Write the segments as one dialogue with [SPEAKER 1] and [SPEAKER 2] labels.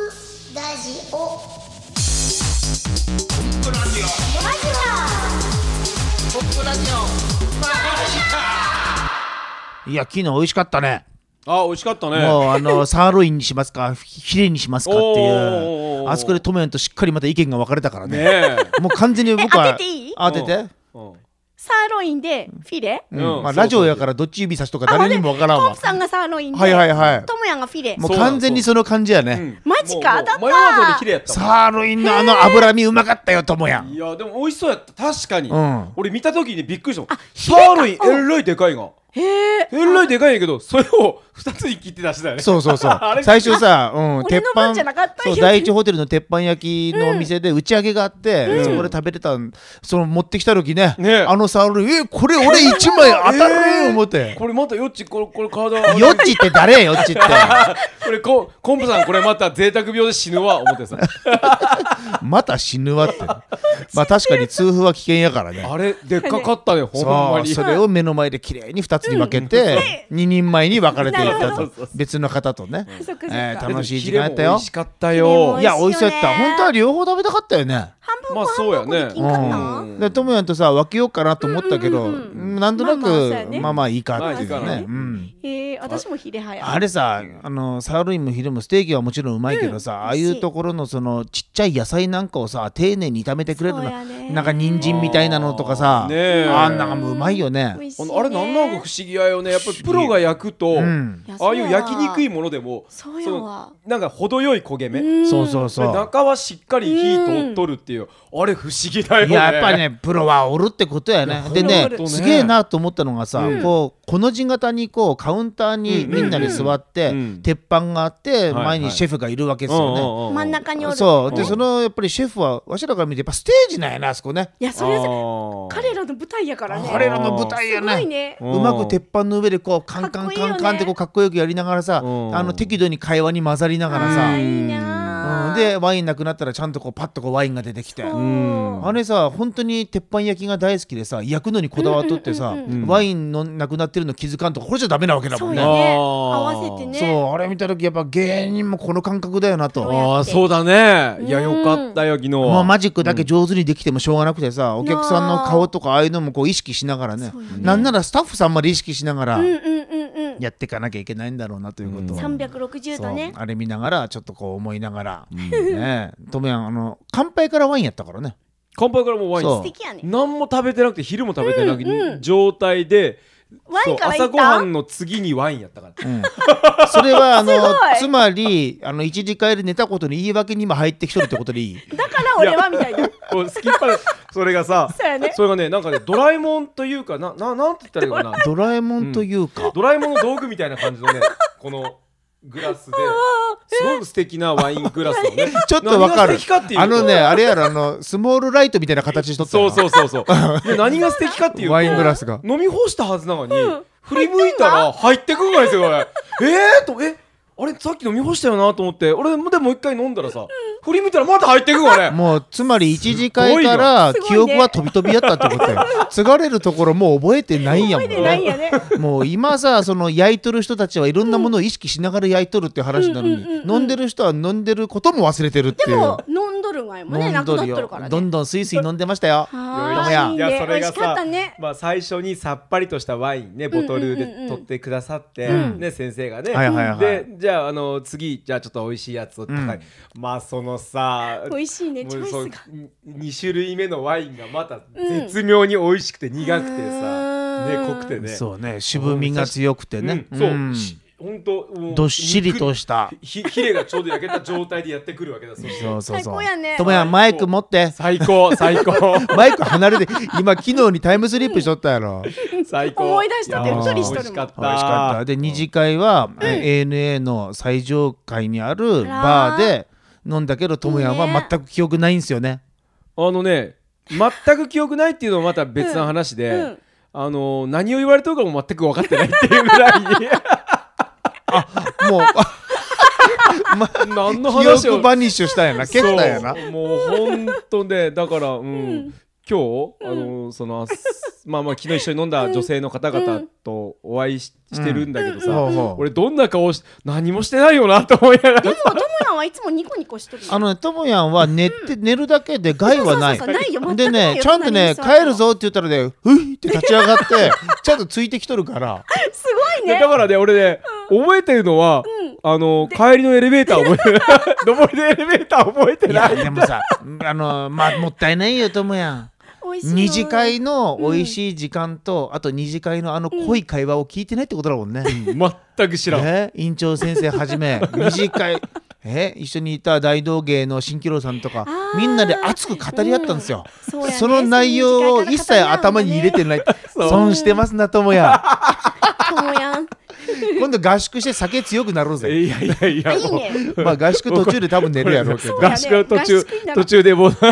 [SPEAKER 1] ラジオ
[SPEAKER 2] ポップラジ
[SPEAKER 1] ラ
[SPEAKER 2] オ
[SPEAKER 1] ジ
[SPEAKER 2] ポップラジオ
[SPEAKER 3] いや、昨日美味しかったね。
[SPEAKER 2] あ美味しかったね
[SPEAKER 3] もう、あの、サーロインにしますか、ひヒレにしますかってい
[SPEAKER 2] おーおーお
[SPEAKER 3] う。
[SPEAKER 2] ー
[SPEAKER 3] あそこで止めんとしっかりまた意見が分かれたからね。
[SPEAKER 2] ねえ
[SPEAKER 3] もう完全に僕は。
[SPEAKER 4] え当てていい
[SPEAKER 3] 当てて。
[SPEAKER 2] うん
[SPEAKER 4] サーロインでフィレ
[SPEAKER 3] うん
[SPEAKER 2] うん
[SPEAKER 3] まあ、ラジオやからどっち指さしとか誰にも分からん
[SPEAKER 4] コ
[SPEAKER 3] わ
[SPEAKER 4] ンプ。さんがサーロインで
[SPEAKER 3] はいはいはい
[SPEAKER 4] トモヤンがフィレ
[SPEAKER 3] もう完全にその感じや
[SPEAKER 2] う
[SPEAKER 3] ね。
[SPEAKER 2] ん
[SPEAKER 4] マジ
[SPEAKER 2] もうもう
[SPEAKER 4] か当たった
[SPEAKER 2] 迷わずに綺麗やったも
[SPEAKER 3] サーロインのあの脂身うまかったよ、ともや
[SPEAKER 2] ん
[SPEAKER 3] ん。
[SPEAKER 2] いやでも美味しそうやった確かに、
[SPEAKER 3] うん
[SPEAKER 2] 俺見た時にびっくりしたもん
[SPEAKER 4] ヒ
[SPEAKER 2] サ
[SPEAKER 4] レか
[SPEAKER 2] ーロインえらいでかいが
[SPEAKER 4] へえ
[SPEAKER 2] えらいでかいんやけどそれを2つに切って出してたよね
[SPEAKER 3] そうそうそ
[SPEAKER 2] あ
[SPEAKER 3] う
[SPEAKER 2] れ
[SPEAKER 3] 最初さ、うん、
[SPEAKER 4] 俺
[SPEAKER 3] 鉄
[SPEAKER 4] の
[SPEAKER 3] 板
[SPEAKER 4] 分じゃなかった
[SPEAKER 3] そ
[SPEAKER 4] よ
[SPEAKER 3] う第一ホテルの鉄板焼きのお店で打ち上げがあって、そこで食べれたんその持ってきた時ね
[SPEAKER 2] ね
[SPEAKER 3] あのサーロインえこれ俺一 枚当たる
[SPEAKER 2] えー
[SPEAKER 3] 思って、
[SPEAKER 2] これまたよっちこれこれ体
[SPEAKER 3] よっちって誰よっちって
[SPEAKER 2] これこコンプさんこれまた贅沢病で死ぬわ思っ てさ
[SPEAKER 3] また死ぬわってまあ確かに痛風は危険やからね
[SPEAKER 2] あれでっかかったねほん
[SPEAKER 3] そ
[SPEAKER 2] ま
[SPEAKER 3] う
[SPEAKER 2] に
[SPEAKER 3] それを目の前で綺麗に2つに分けて2人前に分かれていっ
[SPEAKER 4] な
[SPEAKER 3] た
[SPEAKER 4] る
[SPEAKER 2] ほど
[SPEAKER 3] と別の方とね
[SPEAKER 4] そっかそっか
[SPEAKER 3] えー楽しい時間やった
[SPEAKER 2] でもヒレも美
[SPEAKER 3] よ
[SPEAKER 2] 味しかった
[SPEAKER 4] ヒレも美味
[SPEAKER 2] よ
[SPEAKER 4] しかった
[SPEAKER 3] いや美味しかっ
[SPEAKER 4] 美味
[SPEAKER 3] た
[SPEAKER 4] しいよね
[SPEAKER 3] 本当は両方食べたかったよね
[SPEAKER 4] 半分
[SPEAKER 2] まあ
[SPEAKER 4] こ
[SPEAKER 2] そうや
[SPEAKER 4] 半分
[SPEAKER 2] ね
[SPEAKER 4] こできんかった
[SPEAKER 2] うん
[SPEAKER 3] でトムヤンとさ分けようかなと思ったけど、
[SPEAKER 4] うんうんうん
[SPEAKER 3] うんなんとなく、
[SPEAKER 4] まあまあそうやね
[SPEAKER 3] まあまあいいかっていう
[SPEAKER 2] まあいいかな
[SPEAKER 3] ね、うん、
[SPEAKER 4] へえ私もヒレ派や
[SPEAKER 3] あれさあのサーロインもヒレもステーキはもちろんうまいけどさ、ああい
[SPEAKER 4] 美味
[SPEAKER 3] う
[SPEAKER 4] しい
[SPEAKER 3] ところのそのちっちゃい野菜なんかをさ丁寧に炒めてくれるの
[SPEAKER 4] そう
[SPEAKER 3] が
[SPEAKER 4] やね
[SPEAKER 3] なんか人参みたいなのとかさ
[SPEAKER 2] ねえ
[SPEAKER 3] あんながもううまいよ
[SPEAKER 4] 美
[SPEAKER 3] ね
[SPEAKER 4] 味しい
[SPEAKER 2] あ
[SPEAKER 4] ね
[SPEAKER 2] のあれなんなんか不思議やよねやっぱりプロが焼くと、
[SPEAKER 3] うん
[SPEAKER 4] いや
[SPEAKER 2] ああいう焼きにくい
[SPEAKER 4] も
[SPEAKER 2] ものでも
[SPEAKER 4] そうやわ
[SPEAKER 2] そのなんか程よい焦げ目、
[SPEAKER 3] そうそうそう
[SPEAKER 2] 中はしっかり火通っとるっていう、あれ不思議だよね
[SPEAKER 3] いややっぱりねプロはおるってことやねで
[SPEAKER 2] プロはおる
[SPEAKER 3] ねすげえなと思ったのがさ、こうこの字型にこうカウンターにみんなで座って、
[SPEAKER 2] うん
[SPEAKER 3] 鉄板があって、
[SPEAKER 2] はい
[SPEAKER 3] 前にシェフがいるわけですよね、
[SPEAKER 4] 真ん中におる
[SPEAKER 3] そうで、
[SPEAKER 2] うん
[SPEAKER 3] そのやっぱりシェフはわしらから見てやっぱステージなんやなあそこね
[SPEAKER 4] いやそれは
[SPEAKER 2] そ
[SPEAKER 4] 彼らの舞台やからね
[SPEAKER 3] 彼らの舞台や
[SPEAKER 4] すごい
[SPEAKER 3] ね
[SPEAKER 4] ね
[SPEAKER 3] うまく鉄板の上でこうカンカンカンカンってこうかっこよくやりながらさあ
[SPEAKER 2] うん
[SPEAKER 3] の適度に会話に混ざりながらさ
[SPEAKER 4] あーいい
[SPEAKER 3] うん
[SPEAKER 4] な
[SPEAKER 3] でワインなくなったらちゃんとこうパッとこうワインが出てきて
[SPEAKER 2] ん
[SPEAKER 3] あれさ本当に鉄板焼きが大好きでさ焼くのにこだわっとってさ
[SPEAKER 2] んうん
[SPEAKER 3] ワインのなくなってるの気づかんとこれじゃダメなわけだ
[SPEAKER 4] そ
[SPEAKER 3] もん
[SPEAKER 4] う
[SPEAKER 3] ね
[SPEAKER 4] や
[SPEAKER 2] あ
[SPEAKER 4] ね
[SPEAKER 2] ー
[SPEAKER 4] 合わせてね
[SPEAKER 3] そうあれ見た時やっぱ芸人もこの感覚だよなと
[SPEAKER 2] ああそうだねいやよかったよ昨日は、
[SPEAKER 3] まあ、マジックだけ上手にできてもしょうがなくてさ、お客さんの顔とかああいうのもこう意識しながらねなんならスタッフさんまで意識しながら
[SPEAKER 4] うんうんうんうん
[SPEAKER 3] やっていかなきゃいけないんだろうなということを、
[SPEAKER 4] 360
[SPEAKER 3] そう
[SPEAKER 4] 度ね
[SPEAKER 3] あれ見ながらちょっとこう思いながら、ねえともやんあの乾杯からワインやったからね
[SPEAKER 2] 乾杯からもうワイン
[SPEAKER 3] そう
[SPEAKER 4] 素敵やね
[SPEAKER 2] 何も食べてなくて昼も食べてなくて、
[SPEAKER 4] うんう
[SPEAKER 2] 状態で
[SPEAKER 4] ワインから
[SPEAKER 2] そう朝
[SPEAKER 4] いっ
[SPEAKER 2] ごは
[SPEAKER 4] た
[SPEAKER 2] んの次にワインやったから
[SPEAKER 3] うんそれはあの
[SPEAKER 4] ごい
[SPEAKER 3] つまりあの一時帰り寝たことに言い訳に今入ってきとるってことでいい
[SPEAKER 4] だから俺はみたいな
[SPEAKER 2] こうスキッパでそれがさ
[SPEAKER 4] そうや ね
[SPEAKER 2] それがねなんかねドラえもんというかなななんて言ったらいいのかな
[SPEAKER 3] ドラえもんというか、
[SPEAKER 2] ドラえもんの道具みたいな感じのねこのグラ スですごく素敵なワイングラスをね
[SPEAKER 3] ちょっとわか
[SPEAKER 2] 何が
[SPEAKER 3] る
[SPEAKER 2] 素敵かっていうと
[SPEAKER 3] あのねあれやろあのスモールライトみたいな形しとった
[SPEAKER 2] そうそううそ うそうで何が素敵かっていうと
[SPEAKER 3] ワイングラスが
[SPEAKER 2] 飲み干したはずなのに、振り向いたら入ってくるないですよこれ えーとえあれさっき飲み干したよなと思って俺でもう一回飲んだらさ、振り向いたらまた入ってくるわね
[SPEAKER 3] もうつまり一時会から
[SPEAKER 4] すごい
[SPEAKER 3] 記
[SPEAKER 4] よ
[SPEAKER 3] 憶は飛び飛びやったってことよ。継がれるところもう覚えてないんやも
[SPEAKER 4] 覚
[SPEAKER 3] ん
[SPEAKER 4] えてないんやね
[SPEAKER 3] もう今さその焼いとる人たちはいろんなものを意識しながら焼いとるって話なのに飲んでる人は飲んでることも忘れてるってい
[SPEAKER 4] で
[SPEAKER 3] う。
[SPEAKER 4] も飲んどるんがいもんね
[SPEAKER 3] 飲
[SPEAKER 4] なんく
[SPEAKER 3] ど
[SPEAKER 4] なっ
[SPEAKER 3] る
[SPEAKER 4] とるか
[SPEAKER 3] よ
[SPEAKER 4] らね
[SPEAKER 3] どんどんスイスイ飲んでましたよ。
[SPEAKER 4] は
[SPEAKER 3] や
[SPEAKER 4] ーいい
[SPEAKER 2] いや
[SPEAKER 4] ね
[SPEAKER 2] そ
[SPEAKER 4] 美
[SPEAKER 2] れ
[SPEAKER 4] 味
[SPEAKER 2] が
[SPEAKER 4] しかった
[SPEAKER 2] さ、
[SPEAKER 4] ね
[SPEAKER 2] まあ、最初にさっぱりとしたワインねボトルで取ってくださって、ね、先生がね、
[SPEAKER 3] はいはいはい
[SPEAKER 2] でじゃああの次じゃあちょっと美味しいやつを高い、まあそのさ
[SPEAKER 4] 美味しいねチョイスが
[SPEAKER 2] 2種類目のワインがまた絶妙に美味しくて苦くてさ、
[SPEAKER 4] う
[SPEAKER 2] ね
[SPEAKER 4] ん
[SPEAKER 2] 濃くてね
[SPEAKER 3] そうね渋みが強くてね。
[SPEAKER 2] うんそう、
[SPEAKER 3] うん
[SPEAKER 2] しほんともう
[SPEAKER 3] どっしりとした。
[SPEAKER 2] ひひれがちょうど焼けた状態でやってくるわけだそう
[SPEAKER 3] そうそう
[SPEAKER 4] 最
[SPEAKER 3] そう
[SPEAKER 4] 高やね。
[SPEAKER 3] ともやんマイク持って。
[SPEAKER 2] 最高最高
[SPEAKER 3] マイク離れて今昨日にタイムスリップしとったやろ。
[SPEAKER 2] 最高
[SPEAKER 4] 思い出しとって
[SPEAKER 2] や
[SPEAKER 3] うっとりしと
[SPEAKER 2] 美味し
[SPEAKER 4] るもん
[SPEAKER 2] かった
[SPEAKER 3] 美味しかったで二次会は、え ANA の最上階にあるバーで飲んだけどともやんは全く記憶ないんですよ ね
[SPEAKER 2] あのね全く記憶ないっていうのはまた別の話で、
[SPEAKER 4] うんうん
[SPEAKER 2] あの何を言われてるかも全く分かってないっていうぐらい
[SPEAKER 3] もうあ
[SPEAKER 2] 何の
[SPEAKER 3] 記
[SPEAKER 2] 話を
[SPEAKER 3] 憶バニッシュしたんやな蹴ったんやな
[SPEAKER 2] そうもうほんとねだからうん、今日、あのそのあすまあまあ昨日一緒に飲んだ女性の方々とお会いし,、てるんだけどさ、
[SPEAKER 3] ほうほう
[SPEAKER 2] 俺どんな顔し何もしてないよなと思いながら
[SPEAKER 4] でもともやんはいつもニコニコしとるよ
[SPEAKER 3] あのね、ともやんは寝て、寝るだけで害はない。
[SPEAKER 4] そうそうそうないよ全く
[SPEAKER 3] で
[SPEAKER 4] ない
[SPEAKER 3] ね、
[SPEAKER 4] よ
[SPEAKER 3] ちゃんとね、
[SPEAKER 4] 隣に座るの
[SPEAKER 3] 帰るぞって言ったらね、ふいって立ち上 がって、ちゃんとついてきとるから。
[SPEAKER 4] すごい
[SPEAKER 2] で
[SPEAKER 4] ね
[SPEAKER 2] だからね俺ね、覚えてるのは、あの帰りのエレベーター覚えてない上りのエレベーター覚えて
[SPEAKER 3] い
[SPEAKER 2] な
[SPEAKER 3] や、
[SPEAKER 2] い
[SPEAKER 3] でもさ、あの、まあ、もったいないよ、ともやん。
[SPEAKER 4] 美味しいの
[SPEAKER 3] 二次会の美味しい時間と、あと二次会のあの濃い会話を聞いてないってことだもんね。
[SPEAKER 2] 全く知らん、
[SPEAKER 3] ね院長先生はじめ二次会え一緒にいた大道芸の蜃気楼さんとか
[SPEAKER 4] あー
[SPEAKER 3] みんなで熱く語り合ったんですよ、
[SPEAKER 4] うんそうやね
[SPEAKER 3] その内容を一切頭に入れてない、
[SPEAKER 2] そう
[SPEAKER 3] 損してますなとも や
[SPEAKER 4] ともやん
[SPEAKER 3] 今度合宿して酒強くなろうぜ
[SPEAKER 2] いやいやい や
[SPEAKER 4] いい
[SPEAKER 2] もう
[SPEAKER 4] ね
[SPEAKER 3] まあ合宿途中で多分寝るやろ うけど
[SPEAKER 4] これね
[SPEAKER 2] 合宿の途
[SPEAKER 4] 合
[SPEAKER 2] 中
[SPEAKER 4] 宿になる
[SPEAKER 2] 途中でもう
[SPEAKER 4] ど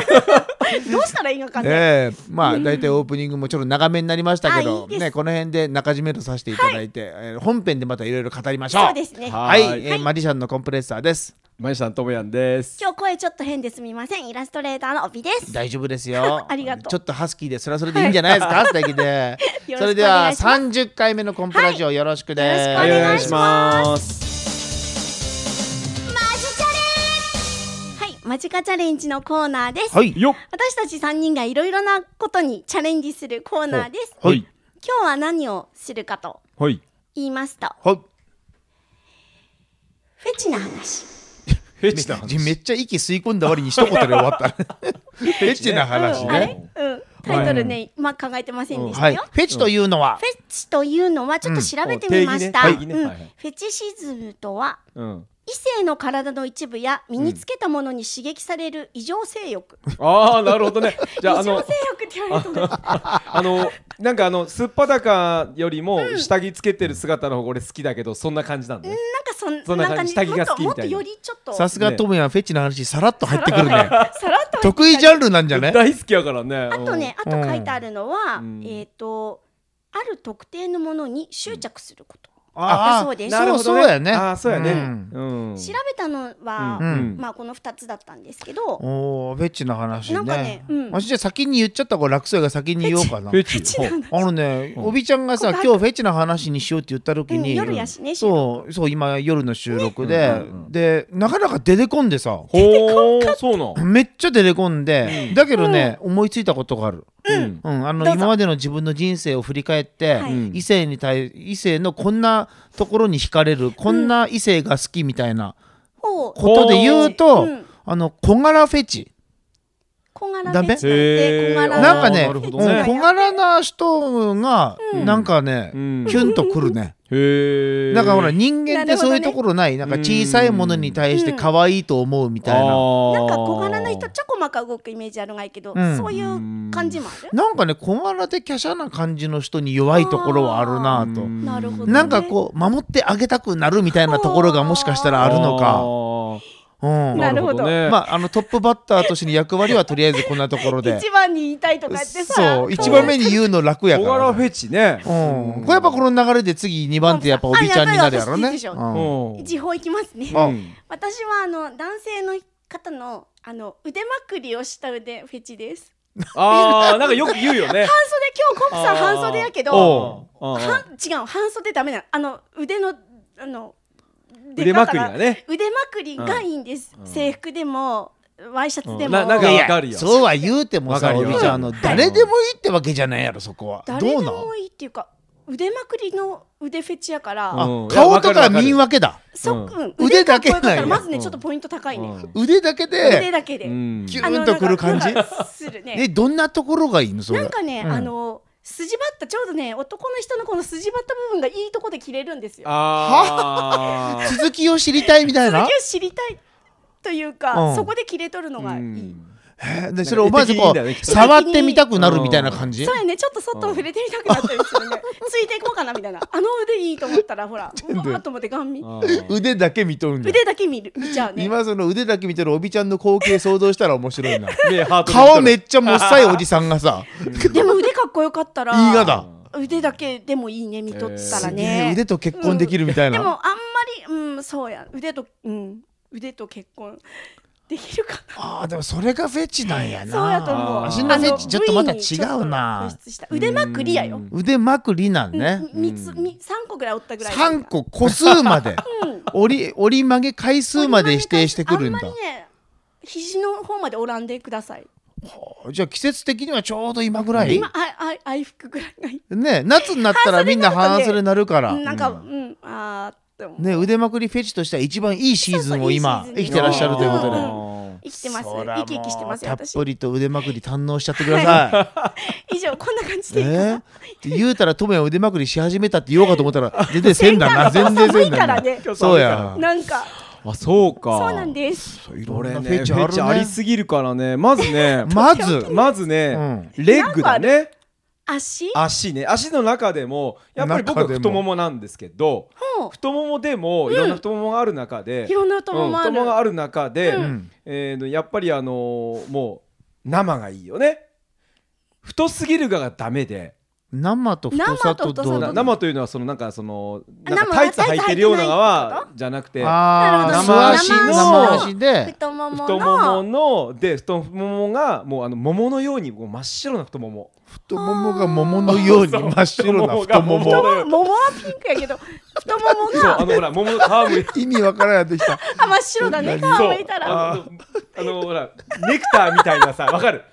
[SPEAKER 4] うしたらいいのかね
[SPEAKER 3] ええまあ大体オープニングもちょっと長めになりましたけ
[SPEAKER 4] あい
[SPEAKER 3] ど
[SPEAKER 4] いです
[SPEAKER 3] ねこの辺で中締めとさせていただいて、えー本編でまたいろいろ語りましょう
[SPEAKER 4] そうですね
[SPEAKER 2] は
[SPEAKER 3] はい、
[SPEAKER 2] はい
[SPEAKER 3] えーマリシャンのコンプレッサーです
[SPEAKER 2] マリさんともやんです
[SPEAKER 4] 今日声ちょっと変ですみませんイラストレーターの帯です
[SPEAKER 3] 大丈夫ですよ
[SPEAKER 4] ありがとう
[SPEAKER 3] ちょっとハスキーでそれはそれでいいんじゃないですか、素敵で
[SPEAKER 4] よろしくお願いします
[SPEAKER 3] それでは30回目のコンプラジオよろしくです、
[SPEAKER 4] よろしくお願いします
[SPEAKER 2] す
[SPEAKER 4] マジチャレンはいマジカチャレンジのコーナーです、
[SPEAKER 3] はい
[SPEAKER 2] よっ
[SPEAKER 4] 私たち3人がいろいろなことにチャレンジするコーナーです
[SPEAKER 3] はい
[SPEAKER 4] 今日は何をするかと
[SPEAKER 2] はい
[SPEAKER 4] 言いますと
[SPEAKER 3] はい
[SPEAKER 4] フェチな話
[SPEAKER 2] フェチな
[SPEAKER 3] め
[SPEAKER 2] 話
[SPEAKER 3] めっちゃ息吸い込んだ割に一言で終わ ったねフェチな話
[SPEAKER 4] うん、あ
[SPEAKER 3] ね、
[SPEAKER 4] れ、うん、タイトルね、まあ考えてませんでした
[SPEAKER 3] はい
[SPEAKER 4] よ、
[SPEAKER 3] フェチというのは
[SPEAKER 4] フ、ェチというのはちょっと調べてみました、
[SPEAKER 2] う
[SPEAKER 4] うんん
[SPEAKER 2] 定義ね定義ねはいはい
[SPEAKER 4] フェチシズムとは
[SPEAKER 2] うん
[SPEAKER 4] 異性の体の一部や身につけたものに刺激される異常性欲、
[SPEAKER 2] ああなるほどねじゃあ
[SPEAKER 4] 異
[SPEAKER 2] あ
[SPEAKER 4] 常
[SPEAKER 2] の
[SPEAKER 4] 性欲って言われるとね
[SPEAKER 2] あのなんかあのすっぱだかよりも下着つけてる姿の方が俺好きだけどそんな感じなんだね
[SPEAKER 4] なんかそん
[SPEAKER 2] そんな感じ
[SPEAKER 4] なんか
[SPEAKER 2] 下
[SPEAKER 4] ね
[SPEAKER 2] 着が好きみ
[SPEAKER 4] もっと
[SPEAKER 2] たいな
[SPEAKER 4] もっとよりちょっと
[SPEAKER 3] さすがトムヤンフェチな話さらっと入ってくるね
[SPEAKER 4] さらっと
[SPEAKER 3] 得意ジャンルなんじゃね
[SPEAKER 2] 大好きやからね
[SPEAKER 4] あとねあと書いてあるのは、
[SPEAKER 2] うん
[SPEAKER 4] えっ、とある特定のものに執着すること、
[SPEAKER 3] あ
[SPEAKER 4] だそうです
[SPEAKER 3] なるほど
[SPEAKER 2] そう
[SPEAKER 3] ねそうやね
[SPEAKER 2] ああそうやね
[SPEAKER 3] うん
[SPEAKER 2] うん
[SPEAKER 4] 調べたのは、
[SPEAKER 3] うん
[SPEAKER 2] うん
[SPEAKER 4] まあこの2つだったんですけど、
[SPEAKER 3] おーフェチな話ね
[SPEAKER 4] なんかねうん
[SPEAKER 3] 私じゃあ先に言っちゃった方が楽そうやが先に言おうかな
[SPEAKER 2] フェチほう
[SPEAKER 3] あのね、おびちゃんがさ、今日フェチな話にしようって言った時に、
[SPEAKER 4] うん夜やしね
[SPEAKER 3] そう、そう、今夜の収録で、
[SPEAKER 2] うんうんうん
[SPEAKER 3] で、なかなか出てこんでさ、
[SPEAKER 2] ほうそうなん
[SPEAKER 3] めっちゃ出てこんで、だけどね、思いついたことがある。
[SPEAKER 2] うん
[SPEAKER 3] うん、あの
[SPEAKER 4] どうぞ
[SPEAKER 3] 今までの自分の人生を振り返って、
[SPEAKER 4] はい
[SPEAKER 3] 異性に対異性のこんなところに惹かれるこんな異性が好きみたいな
[SPEAKER 4] ほう
[SPEAKER 3] ことで言うと、
[SPEAKER 4] うん
[SPEAKER 3] あの小柄フェチ、
[SPEAKER 4] 小柄
[SPEAKER 3] ダ
[SPEAKER 4] フ
[SPEAKER 3] メ
[SPEAKER 4] ェチって小
[SPEAKER 2] へー
[SPEAKER 4] 柄
[SPEAKER 3] なんかね
[SPEAKER 2] なるほど
[SPEAKER 3] うん
[SPEAKER 2] ね
[SPEAKER 3] 小柄な人がなんかね、
[SPEAKER 2] うん
[SPEAKER 3] キュンとくるね。
[SPEAKER 2] へえ
[SPEAKER 3] なんかほら人間ってそういう
[SPEAKER 4] なる
[SPEAKER 3] と
[SPEAKER 4] ほ
[SPEAKER 3] ころないなんか小さいものに対して可愛いと思うみたいな、
[SPEAKER 4] なんか小柄な人ちょこまか動くイメージあるがいけど、
[SPEAKER 3] うん
[SPEAKER 4] そういう感じもある、
[SPEAKER 3] なんかね小柄で華奢な感じの人に弱いところはあるなと、
[SPEAKER 2] うん
[SPEAKER 4] なるほど、ね、
[SPEAKER 3] なんかこう守ってあげたくなるみたいなところがもしかしたらあるのか、うん、
[SPEAKER 4] なるほど
[SPEAKER 2] ね
[SPEAKER 3] まああのトップバッターとしての役割はとりあえずこんなところで
[SPEAKER 4] 一番に言いたいとかってさ
[SPEAKER 3] そう一番目に言うの楽や
[SPEAKER 2] 小
[SPEAKER 3] から
[SPEAKER 2] 柄、フェチね
[SPEAKER 3] うん、これやっぱこの流れで次2番手やっぱおびちゃんになるやろ
[SPEAKER 4] あやばい私いい
[SPEAKER 3] ね
[SPEAKER 4] でしょ
[SPEAKER 3] うん
[SPEAKER 2] うん
[SPEAKER 4] 時報いきますね
[SPEAKER 2] うん
[SPEAKER 4] 私はあの男性の方のあの腕まくりをした腕フェチです
[SPEAKER 2] ああなんかよく言うよね
[SPEAKER 4] 半袖今日コップさん半袖やけど
[SPEAKER 3] お
[SPEAKER 2] うんうん
[SPEAKER 4] 半違う半袖ダメなのあの腕のあの
[SPEAKER 2] 腕まくりだね
[SPEAKER 4] 腕まくりがいいんです、制服でもワイシャツでも、
[SPEAKER 2] うんななん
[SPEAKER 3] いやい
[SPEAKER 2] わかる
[SPEAKER 3] や
[SPEAKER 2] よ
[SPEAKER 3] そうは言うても
[SPEAKER 2] わか
[SPEAKER 3] さ
[SPEAKER 2] る
[SPEAKER 3] お
[SPEAKER 2] よ
[SPEAKER 3] びちゃんあの誰でもいいってわけじゃないやろそこは
[SPEAKER 4] 誰
[SPEAKER 3] ど
[SPEAKER 4] で
[SPEAKER 3] うなん
[SPEAKER 4] もいいっていうか腕まくりの腕フェチやから、
[SPEAKER 2] う
[SPEAKER 3] あ
[SPEAKER 2] んいや
[SPEAKER 3] 顔
[SPEAKER 2] わか
[SPEAKER 3] と
[SPEAKER 2] るわ
[SPEAKER 3] か
[SPEAKER 2] かる
[SPEAKER 3] 見分けだ
[SPEAKER 4] そ
[SPEAKER 2] うん
[SPEAKER 4] うん
[SPEAKER 3] 腕だけ
[SPEAKER 4] かっこよか
[SPEAKER 3] なん
[SPEAKER 4] ったら
[SPEAKER 3] や
[SPEAKER 4] まずねちょっとポイント高いね、
[SPEAKER 3] 腕だけ
[SPEAKER 4] 腕
[SPEAKER 3] で
[SPEAKER 4] だけで、
[SPEAKER 2] うん
[SPEAKER 3] キュ
[SPEAKER 4] あの
[SPEAKER 3] ーンとくる感じ
[SPEAKER 4] なんかするね
[SPEAKER 3] えどんなところがいいのそれ
[SPEAKER 4] なんかね、
[SPEAKER 3] うん
[SPEAKER 4] あの筋張ったちょうどね男の人のこの筋張った部分がいいとこで切れるんですよ
[SPEAKER 2] あー
[SPEAKER 3] 続きを知りたいみたい
[SPEAKER 4] それを
[SPEAKER 3] な
[SPEAKER 4] 知りたいというか、
[SPEAKER 3] うん
[SPEAKER 4] そこで切れとるのがいい、
[SPEAKER 3] えでそれお前そこ
[SPEAKER 2] なんか絵的にいいんだよねきっと
[SPEAKER 3] 触ってみたくなるみたいな感じ
[SPEAKER 4] そうやねちょっとそっと触れてみたくなったり するねついていこうかなみたいなあの腕いいと思ったらほらうわーっと思ってガン見
[SPEAKER 2] あー
[SPEAKER 3] 腕だけ見とるんだ
[SPEAKER 4] 腕だけ見る見ちゃうね
[SPEAKER 3] 今その腕だけ見てるおびちゃんの光景想像したら面白いな
[SPEAKER 2] ねハート
[SPEAKER 3] 顔め
[SPEAKER 2] っ
[SPEAKER 3] っちゃもっさいおじさんがさ
[SPEAKER 4] でも腕かっこよかったら
[SPEAKER 3] いいがだ
[SPEAKER 4] 腕だけでもいいね見とったら
[SPEAKER 3] すげえ
[SPEAKER 4] ね、
[SPEAKER 3] 腕と結婚できるみたい
[SPEAKER 4] で
[SPEAKER 3] な
[SPEAKER 4] もあんまりうんそうや腕とうん腕と結婚できるかな
[SPEAKER 3] ああでもそれがフェチなんやな
[SPEAKER 4] そうやと思う
[SPEAKER 2] あ
[SPEAKER 3] 足のフェ
[SPEAKER 4] あ
[SPEAKER 3] チ
[SPEAKER 4] の
[SPEAKER 3] ちょっとまた
[SPEAKER 4] V に
[SPEAKER 3] 違うな
[SPEAKER 4] ちょっと固執した腕まくりやよ
[SPEAKER 3] 腕まくりなんね
[SPEAKER 4] みみつみ三個ぐらいおったぐらい
[SPEAKER 3] 3個個数まで
[SPEAKER 4] うん
[SPEAKER 3] 折り折り曲げ回数まで指定してくるんだ
[SPEAKER 4] あんまりね肘の方まで折らんでください
[SPEAKER 3] じゃあ季節的にはちょうど今ぐらい
[SPEAKER 4] 今あいあい服ぐらいがいい
[SPEAKER 3] ね夏になったらみんな半袖になるから
[SPEAKER 4] なんかうんあーって思う
[SPEAKER 3] ね腕まくりフェチとしては一番いいシーズンを今
[SPEAKER 4] そうそう
[SPEAKER 3] 生
[SPEAKER 4] いい
[SPEAKER 3] き
[SPEAKER 4] シー
[SPEAKER 3] てら
[SPEAKER 4] ズン
[SPEAKER 3] っしゃるということ
[SPEAKER 4] うん
[SPEAKER 3] で
[SPEAKER 4] うん生きてます
[SPEAKER 3] そ
[SPEAKER 4] 生
[SPEAKER 3] らもう
[SPEAKER 4] き生きしてますよ
[SPEAKER 3] たっ
[SPEAKER 4] 私
[SPEAKER 3] ぷりと腕まくり堪能しちゃってくださ
[SPEAKER 4] 以上こんな感じ
[SPEAKER 3] いね
[SPEAKER 4] でいいかな
[SPEAKER 3] って言うたらトメは腕まくりし始めたって言おうかと思ったら全然せんだな全然
[SPEAKER 4] 寒
[SPEAKER 3] せ
[SPEAKER 4] い
[SPEAKER 3] ん
[SPEAKER 4] か
[SPEAKER 3] だ
[SPEAKER 4] ら
[SPEAKER 3] な
[SPEAKER 4] ね
[SPEAKER 3] そうや
[SPEAKER 4] なんか
[SPEAKER 2] あそうか
[SPEAKER 4] そうなんです
[SPEAKER 3] そういろ
[SPEAKER 2] こ
[SPEAKER 3] ん
[SPEAKER 2] れ
[SPEAKER 3] な
[SPEAKER 2] ね
[SPEAKER 3] フ
[SPEAKER 2] フ
[SPEAKER 3] ェ
[SPEAKER 2] ェ
[SPEAKER 3] チ
[SPEAKER 2] チ
[SPEAKER 3] あ
[SPEAKER 2] あ
[SPEAKER 3] るね
[SPEAKER 2] りすぎるからねまずね
[SPEAKER 3] まず
[SPEAKER 2] まずね、レッグだね
[SPEAKER 4] 足
[SPEAKER 2] 足ね足の中でもやっぱり僕は
[SPEAKER 3] 中でも
[SPEAKER 2] 太ももなんですけど
[SPEAKER 4] ほう
[SPEAKER 2] 太ももでもいろんな太ももがある中で
[SPEAKER 4] い、ろんな
[SPEAKER 2] う
[SPEAKER 4] 太
[SPEAKER 2] ん
[SPEAKER 4] ももあ
[SPEAKER 2] 太ももが
[SPEAKER 4] る
[SPEAKER 2] ある中で、
[SPEAKER 3] うん
[SPEAKER 2] えーのやっぱりあのーもう生がいいよね太すぎるががダメで
[SPEAKER 3] 生と太さと
[SPEAKER 4] そ
[SPEAKER 3] 同
[SPEAKER 4] うだ
[SPEAKER 2] な
[SPEAKER 3] 等
[SPEAKER 2] 生と
[SPEAKER 4] 太さ
[SPEAKER 2] いうのはそのなんかその
[SPEAKER 4] あ
[SPEAKER 2] なんかタイ
[SPEAKER 4] 生
[SPEAKER 2] ツ履いてるようなの
[SPEAKER 4] タイツ履いてないって
[SPEAKER 2] は
[SPEAKER 4] こ
[SPEAKER 2] じゃなくて
[SPEAKER 3] あ
[SPEAKER 2] な
[SPEAKER 3] あ
[SPEAKER 2] るほ
[SPEAKER 3] 素
[SPEAKER 2] ど
[SPEAKER 3] 足
[SPEAKER 2] 生足の
[SPEAKER 3] 生足で
[SPEAKER 4] 太もも
[SPEAKER 2] 太もも
[SPEAKER 4] の
[SPEAKER 2] ので太ももがもうあの桃のようにもう真っ白な太もも
[SPEAKER 3] 太ももが桃のように真っ白な太も
[SPEAKER 2] 太もも
[SPEAKER 3] も
[SPEAKER 2] が
[SPEAKER 4] 桃はピンクやけど太もも
[SPEAKER 2] そう
[SPEAKER 4] が
[SPEAKER 2] あのほら桃の皮むいて
[SPEAKER 3] 意味わからんやってきた
[SPEAKER 4] あ真っ白だ ね皮
[SPEAKER 2] そう
[SPEAKER 4] むいたらわか
[SPEAKER 2] あのあのほらネクターみたいなさわかる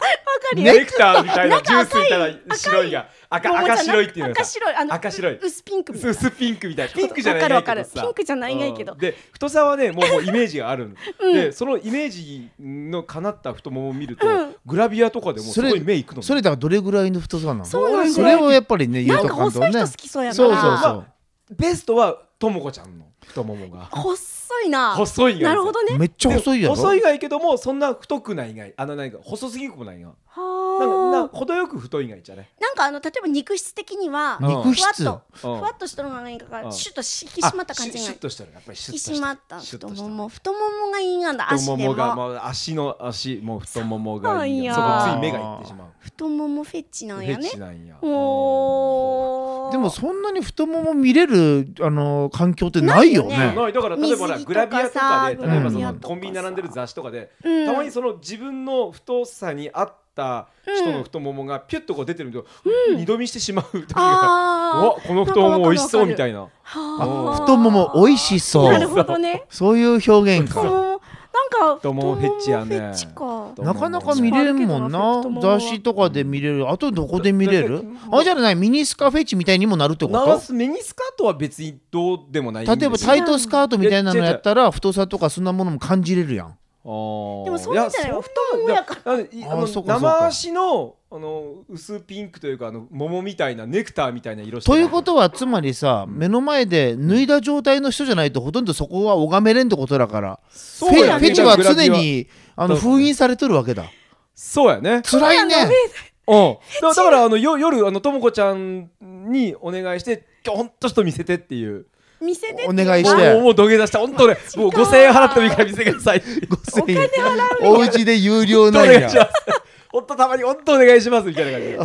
[SPEAKER 4] るよ
[SPEAKER 2] ネクターみたいなジュースみたい
[SPEAKER 4] 赤
[SPEAKER 2] ない白いが赤
[SPEAKER 4] 桃じゃな
[SPEAKER 2] 赤白いっていうの
[SPEAKER 4] 赤
[SPEAKER 2] がさ
[SPEAKER 4] 白いあの
[SPEAKER 2] 赤白いう
[SPEAKER 4] 薄ピンクみたいな
[SPEAKER 2] 薄ピンクみたいなピンクじゃない
[SPEAKER 4] わか
[SPEAKER 2] け
[SPEAKER 4] るわ
[SPEAKER 2] ど
[SPEAKER 4] かる
[SPEAKER 2] さ
[SPEAKER 4] ピンクじゃないないけど
[SPEAKER 2] うんで太さはねもうもうイメージがあるの、でそのイメージのかなった太ももを見ると、
[SPEAKER 4] うん
[SPEAKER 2] グラビアとかでもう
[SPEAKER 3] そ
[SPEAKER 2] す
[SPEAKER 3] れ
[SPEAKER 2] ごい目いくの
[SPEAKER 3] それだからどれぐらいの太さなの
[SPEAKER 4] そうなんだよ
[SPEAKER 3] それをやっぱりね言
[SPEAKER 4] な
[SPEAKER 3] うんと
[SPEAKER 4] か
[SPEAKER 3] かんと
[SPEAKER 4] 細い
[SPEAKER 3] ね
[SPEAKER 4] 人
[SPEAKER 3] そ
[SPEAKER 4] 好
[SPEAKER 3] う
[SPEAKER 4] きそうやな
[SPEAKER 3] そう
[SPEAKER 2] ま
[SPEAKER 3] そ
[SPEAKER 2] あベストはともこちゃんの太ももが
[SPEAKER 4] 細いな
[SPEAKER 2] 細いがいい
[SPEAKER 4] なるほど
[SPEAKER 3] う
[SPEAKER 4] ね
[SPEAKER 3] めっちゃ
[SPEAKER 2] で
[SPEAKER 3] 細いやろ
[SPEAKER 2] 細いがいいけどもそんな太くないがいいあのなんか細すぎくもないがなんか
[SPEAKER 4] は
[SPEAKER 2] な
[SPEAKER 4] あ
[SPEAKER 2] 程よく太いがいいじゃね、
[SPEAKER 4] なんかあの例えば肉質的には
[SPEAKER 2] うん
[SPEAKER 3] 肉質
[SPEAKER 4] ふわっ
[SPEAKER 2] う
[SPEAKER 4] と
[SPEAKER 2] ん
[SPEAKER 4] ふわっとしたのがいいから
[SPEAKER 2] うん
[SPEAKER 4] シュッと引き締まった感じ
[SPEAKER 2] あ
[SPEAKER 4] が
[SPEAKER 2] シュ
[SPEAKER 4] い
[SPEAKER 2] シ
[SPEAKER 4] い
[SPEAKER 2] ュッとしたらやっぱりシュ
[SPEAKER 4] 引
[SPEAKER 2] ッ
[SPEAKER 4] き
[SPEAKER 2] とし
[SPEAKER 4] 締ま
[SPEAKER 2] た
[SPEAKER 4] った
[SPEAKER 2] シュッ
[SPEAKER 4] 太
[SPEAKER 2] と
[SPEAKER 4] も
[SPEAKER 2] した
[SPEAKER 4] も太ももがいいなんだ
[SPEAKER 2] 太
[SPEAKER 4] 足
[SPEAKER 2] も
[SPEAKER 4] で
[SPEAKER 2] もがも
[SPEAKER 4] も
[SPEAKER 2] う足の足もう太ももがいいよ
[SPEAKER 4] そ
[SPEAKER 2] そうこ
[SPEAKER 4] なんや
[SPEAKER 2] つい目がいってしまう
[SPEAKER 4] 太ももフェチなんや
[SPEAKER 2] フェ
[SPEAKER 4] ね
[SPEAKER 2] チなんや
[SPEAKER 4] おー
[SPEAKER 3] でもそんなに太もも見れるあの環境ってないよ
[SPEAKER 4] ないよ
[SPEAKER 3] ね
[SPEAKER 2] ないだから例えばほら
[SPEAKER 4] 水着とかさ
[SPEAKER 2] グラビアとかで例えばそ
[SPEAKER 3] グラビア
[SPEAKER 2] の
[SPEAKER 4] とかさ
[SPEAKER 2] コンビニ並んでる雑誌とかで
[SPEAKER 4] うん
[SPEAKER 2] たまにその自分の太さに合った人の太ももがピュッとこう出てると二度見してしまう時がう
[SPEAKER 4] あ
[SPEAKER 2] わこの太もも美味しそうみたいな
[SPEAKER 3] あ
[SPEAKER 4] あ
[SPEAKER 3] 太もも美味しそ
[SPEAKER 4] なる
[SPEAKER 3] う
[SPEAKER 4] ほどね
[SPEAKER 3] そういう表現
[SPEAKER 4] 太
[SPEAKER 3] か
[SPEAKER 4] ももなんか
[SPEAKER 2] 太ももフェチやね
[SPEAKER 4] 太ももフェチ
[SPEAKER 3] な
[SPEAKER 4] か
[SPEAKER 3] かなか見れるもん
[SPEAKER 4] ある
[SPEAKER 3] な
[SPEAKER 4] けどな
[SPEAKER 3] 雑誌とかで見れるあとどこで見れ
[SPEAKER 2] だ
[SPEAKER 3] る
[SPEAKER 2] だだ
[SPEAKER 3] あじゃないミニスカフェチみたいにもなるってこ
[SPEAKER 2] 長
[SPEAKER 3] と
[SPEAKER 2] すミニスカートは別にどうでもないんですよ
[SPEAKER 3] 例えばタイトスカートみたいなのやったら太さとかそんなものも感じれるやん
[SPEAKER 2] あー
[SPEAKER 4] でもそうなんじゃないの太ももやか
[SPEAKER 2] いやそんななんでい
[SPEAKER 3] あー
[SPEAKER 2] あの
[SPEAKER 3] そうかそうか
[SPEAKER 2] 生足のあの薄ピンクというかあの桃みたいなネクターみたいな色して
[SPEAKER 3] と
[SPEAKER 2] る
[SPEAKER 3] いうことはつまりさ目の前で脱いだ状態の人じゃないとほとんどそこは拝めれんってことだからフ
[SPEAKER 2] そう
[SPEAKER 3] ェ
[SPEAKER 2] やね
[SPEAKER 3] フェチは常
[SPEAKER 2] グラビア
[SPEAKER 3] にあの
[SPEAKER 2] そう
[SPEAKER 3] 封印されとるわけだ
[SPEAKER 2] そうやね
[SPEAKER 3] 辛いね
[SPEAKER 2] うんだだからあのよ夜あのともこちゃんにお願いしてちょほんとちょっと見せてっていう
[SPEAKER 4] 見せて
[SPEAKER 3] お願い
[SPEAKER 2] も
[SPEAKER 3] し
[SPEAKER 2] う
[SPEAKER 3] て
[SPEAKER 2] もう土下座した本当ねもう
[SPEAKER 4] か
[SPEAKER 2] 5000円払ってもいいから見せてください
[SPEAKER 3] 5000円お家で有料
[SPEAKER 2] お
[SPEAKER 3] なん
[SPEAKER 2] 願い
[SPEAKER 3] や
[SPEAKER 2] します本当たまに本当お願いしますみたいな感じで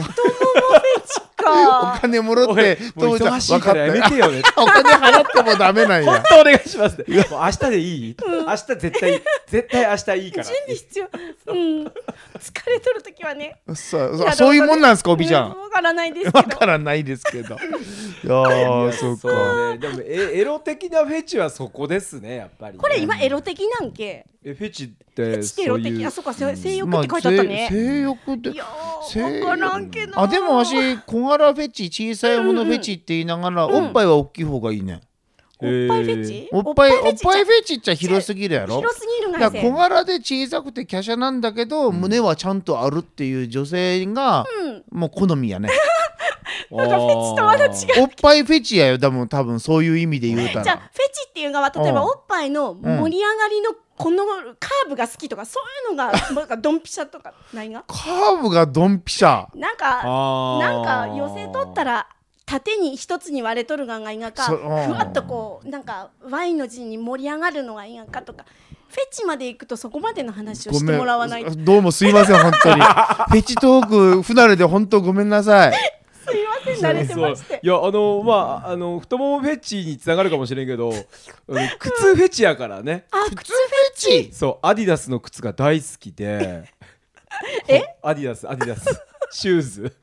[SPEAKER 3] お
[SPEAKER 4] か
[SPEAKER 3] 金もろっ
[SPEAKER 2] おい
[SPEAKER 3] て
[SPEAKER 2] もう
[SPEAKER 3] 父ちゃん
[SPEAKER 2] 忙しい
[SPEAKER 3] 分か
[SPEAKER 2] か
[SPEAKER 3] っ
[SPEAKER 2] らや
[SPEAKER 3] た
[SPEAKER 2] めてよね
[SPEAKER 3] お金払ってもダメなん
[SPEAKER 2] 本
[SPEAKER 3] や
[SPEAKER 2] 当お願いしますって。もう明日でいい？明日絶対絶対明日いいから。
[SPEAKER 4] 準備必要うん疲れとる時はね
[SPEAKER 3] そう
[SPEAKER 4] いや
[SPEAKER 3] そういうもんなんすかおびちゃ
[SPEAKER 4] うんわからないですけ
[SPEAKER 3] わ
[SPEAKER 4] ど
[SPEAKER 3] からないですけ どいやーそうか
[SPEAKER 2] そうね。でもえエロ的なフェチはそこですねやっぱりね。
[SPEAKER 4] これ今エロ的なんけ
[SPEAKER 2] えフェチって
[SPEAKER 4] チってエ
[SPEAKER 2] そ
[SPEAKER 4] ロ
[SPEAKER 2] うい
[SPEAKER 4] 的
[SPEAKER 2] う
[SPEAKER 4] あ。そうか性性欲
[SPEAKER 3] まあ
[SPEAKER 4] って書いてあったね
[SPEAKER 3] せ性欲って
[SPEAKER 4] いや
[SPEAKER 3] せ
[SPEAKER 4] ーわからんけど
[SPEAKER 3] あでもわし小柄フェチ小さいものフェチって言いながら、おっぱいは大きい方がいいね、
[SPEAKER 4] おっぱいフェチ
[SPEAKER 3] おっぱいお
[SPEAKER 4] フ
[SPEAKER 3] っ
[SPEAKER 4] ェチじゃ
[SPEAKER 3] ぱいフェチっちゃ広すぎるやろ
[SPEAKER 4] 広すぎる
[SPEAKER 3] だ
[SPEAKER 4] が
[SPEAKER 3] から
[SPEAKER 4] せ
[SPEAKER 3] 小柄で小さくて華奢なんだけど、胸はちゃんとあるっていう女性が、もう好みやね
[SPEAKER 2] なん
[SPEAKER 4] かフェチとまだ違う
[SPEAKER 3] おっぱいフェチやよ多分多分そういう意味で言うた
[SPEAKER 4] じゃあ
[SPEAKER 3] ら
[SPEAKER 4] フェチっていうのは例えば
[SPEAKER 3] うん
[SPEAKER 4] おっぱいの盛り上がりのこのカーブが好きとかそういうのがなんかドンピシャとかないが
[SPEAKER 3] カーブがドンピシャ
[SPEAKER 4] なんか
[SPEAKER 2] あー
[SPEAKER 4] なんか寄せとった。ら縦に一つに割れとるがんがいがか
[SPEAKER 3] そ
[SPEAKER 4] ふ
[SPEAKER 3] ううん
[SPEAKER 4] わっとこうなんか Y の字に盛り上がるのがいがかとかフェチまで行くとそこまでの話をしてもらわないとす
[SPEAKER 3] どうもすいません本 当にフェチトーク不慣れで本当ごめんなさい
[SPEAKER 4] いません慣れて
[SPEAKER 2] そう
[SPEAKER 4] ま
[SPEAKER 2] そ
[SPEAKER 4] し
[SPEAKER 2] う
[SPEAKER 4] て
[SPEAKER 2] いやあのまああ の太ももフェチにつながるかもしれんけど、あの靴フェチやからね。
[SPEAKER 4] あ靴フェ
[SPEAKER 3] チ
[SPEAKER 2] そうアディダスの靴が大好きで
[SPEAKER 4] え
[SPEAKER 2] ほアディダスアディダスシューズ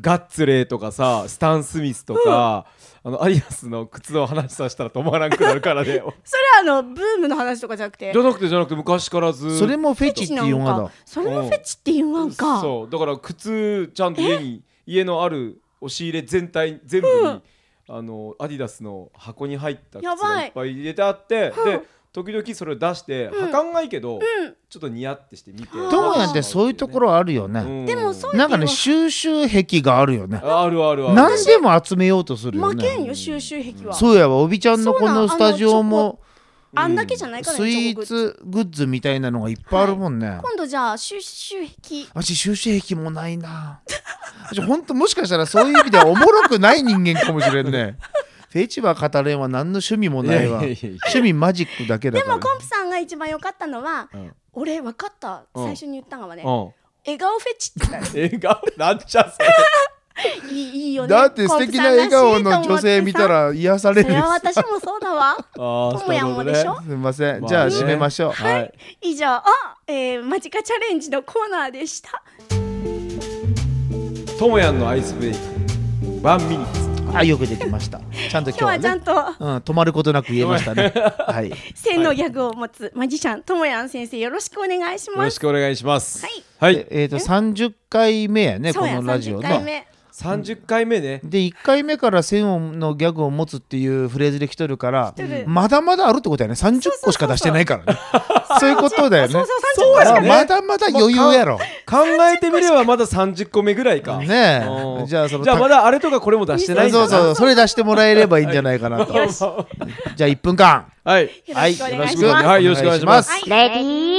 [SPEAKER 2] ガッツレーとかさスタン・スミスとか、あのアディダスの靴の話させたら止まらなくなるから ね
[SPEAKER 4] それあのブームの話とかじゃなくて
[SPEAKER 2] じゃなくてじゃなくて昔からずっと
[SPEAKER 3] それもフェチっていう
[SPEAKER 4] な
[SPEAKER 3] が
[SPEAKER 4] ん
[SPEAKER 3] だ
[SPEAKER 4] かそれもフェチって言わんか
[SPEAKER 2] そうだから靴ちゃんと家に家のある押し入れ全体全部に、あのアディダスの箱に入った靴
[SPEAKER 4] やば
[SPEAKER 2] が
[SPEAKER 4] い
[SPEAKER 2] いっぱい入れてあって
[SPEAKER 4] うん
[SPEAKER 2] で時々それを出して、
[SPEAKER 4] うん
[SPEAKER 2] 履かんないけど、
[SPEAKER 4] うん
[SPEAKER 2] ちょっとニヤってして見て
[SPEAKER 4] うん
[SPEAKER 3] 友やってそういうとこ、ろあるよ
[SPEAKER 2] う
[SPEAKER 3] ね、
[SPEAKER 2] ん
[SPEAKER 4] でもそう
[SPEAKER 3] なんかね収集癖があるよね
[SPEAKER 2] あるあるある
[SPEAKER 3] 何でも集めようとするよ
[SPEAKER 4] 負け
[SPEAKER 3] ね
[SPEAKER 4] んよ収集癖は
[SPEAKER 3] そうやわおびちゃんのこ
[SPEAKER 4] そうな
[SPEAKER 3] の
[SPEAKER 4] ん
[SPEAKER 3] スタジオも
[SPEAKER 2] ん
[SPEAKER 4] あんだけじゃないから
[SPEAKER 3] ス
[SPEAKER 4] ね
[SPEAKER 3] イ
[SPEAKER 4] チョコ
[SPEAKER 3] ー
[SPEAKER 4] グッズ
[SPEAKER 3] ツグッズみたいなのがいっぱいあるもんね、
[SPEAKER 4] 今度じゃあ収集癖
[SPEAKER 3] 私収集癖もないな私ほんともしかしたらそういう意味ではおもろくない人間かもしれん ねフェチは語れんは何の趣味もないわ
[SPEAKER 2] いやいやいやいや
[SPEAKER 3] 趣味マジックだけだ
[SPEAKER 4] で
[SPEAKER 3] から
[SPEAKER 4] もコンプさんが一番良かったのは
[SPEAKER 2] うん
[SPEAKER 4] 俺分かった
[SPEAKER 2] うん
[SPEAKER 4] 最初に言ったのはね
[SPEAKER 2] うん
[SPEAKER 4] 笑顔フェチって言っ
[SPEAKER 2] 笑顔なんちゃそれ
[SPEAKER 4] たいいいいよね
[SPEAKER 3] だって素敵な笑顔の女性見た
[SPEAKER 4] ら
[SPEAKER 3] ら癒され
[SPEAKER 4] そ
[SPEAKER 3] る
[SPEAKER 4] れは私もそうだわ
[SPEAKER 2] あー
[SPEAKER 4] ともやんもでし
[SPEAKER 2] そういう
[SPEAKER 4] ょ
[SPEAKER 2] こ
[SPEAKER 3] すみません、
[SPEAKER 2] まあね
[SPEAKER 3] じゃあ締めましょう、
[SPEAKER 2] とねはい
[SPEAKER 4] 以上、えー、マジカチャレンジのコーナーでした
[SPEAKER 2] ともやんのアイスブレイクワンミニッツ
[SPEAKER 3] あよくできましたちゃんと
[SPEAKER 4] 今日
[SPEAKER 3] 今
[SPEAKER 4] は
[SPEAKER 3] 日
[SPEAKER 4] ちゃ
[SPEAKER 3] は
[SPEAKER 4] ん
[SPEAKER 3] ね
[SPEAKER 4] と
[SPEAKER 3] うん、止まることなく言えました ね。はい。
[SPEAKER 4] 千のギャグを持つマジシャンともやん先生よろしくお願いし
[SPEAKER 2] よろ
[SPEAKER 4] ま
[SPEAKER 2] し
[SPEAKER 4] す
[SPEAKER 2] くお願いします
[SPEAKER 4] はい
[SPEAKER 2] はい
[SPEAKER 3] でえっ、と、三十回目やね、
[SPEAKER 4] そ
[SPEAKER 3] こ
[SPEAKER 4] うや
[SPEAKER 3] のラジオ
[SPEAKER 4] 30
[SPEAKER 3] の
[SPEAKER 4] 回。目
[SPEAKER 2] 30回目ね
[SPEAKER 3] で、一回目から千をのギャグを持つっていうフレーズで来とるから
[SPEAKER 4] 来とる。
[SPEAKER 3] まだまだあるってことやね、三十個しか出してないからね。そういうことだよね。
[SPEAKER 4] そうそう30
[SPEAKER 2] そう
[SPEAKER 4] 個
[SPEAKER 2] や
[SPEAKER 4] しか
[SPEAKER 2] ね
[SPEAKER 3] まだまだ余裕やろ。
[SPEAKER 2] 考えてみればまだ30個目ぐらいか
[SPEAKER 3] ね
[SPEAKER 2] う
[SPEAKER 3] え。
[SPEAKER 2] ん
[SPEAKER 3] じゃあ、その。
[SPEAKER 2] じゃあまだあれとかこれも出してないんだ
[SPEAKER 3] そう
[SPEAKER 2] な
[SPEAKER 3] そう、それ出してもらえればいいんじゃないかなと。じゃあ、一分間。
[SPEAKER 2] はい
[SPEAKER 3] はい、
[SPEAKER 4] よ
[SPEAKER 3] よ
[SPEAKER 4] ろ
[SPEAKER 3] ろ
[SPEAKER 4] し
[SPEAKER 3] し
[SPEAKER 4] く
[SPEAKER 3] く
[SPEAKER 4] お
[SPEAKER 3] お
[SPEAKER 4] 願いします
[SPEAKER 2] はいよろしくお願いします
[SPEAKER 4] はい
[SPEAKER 1] レディー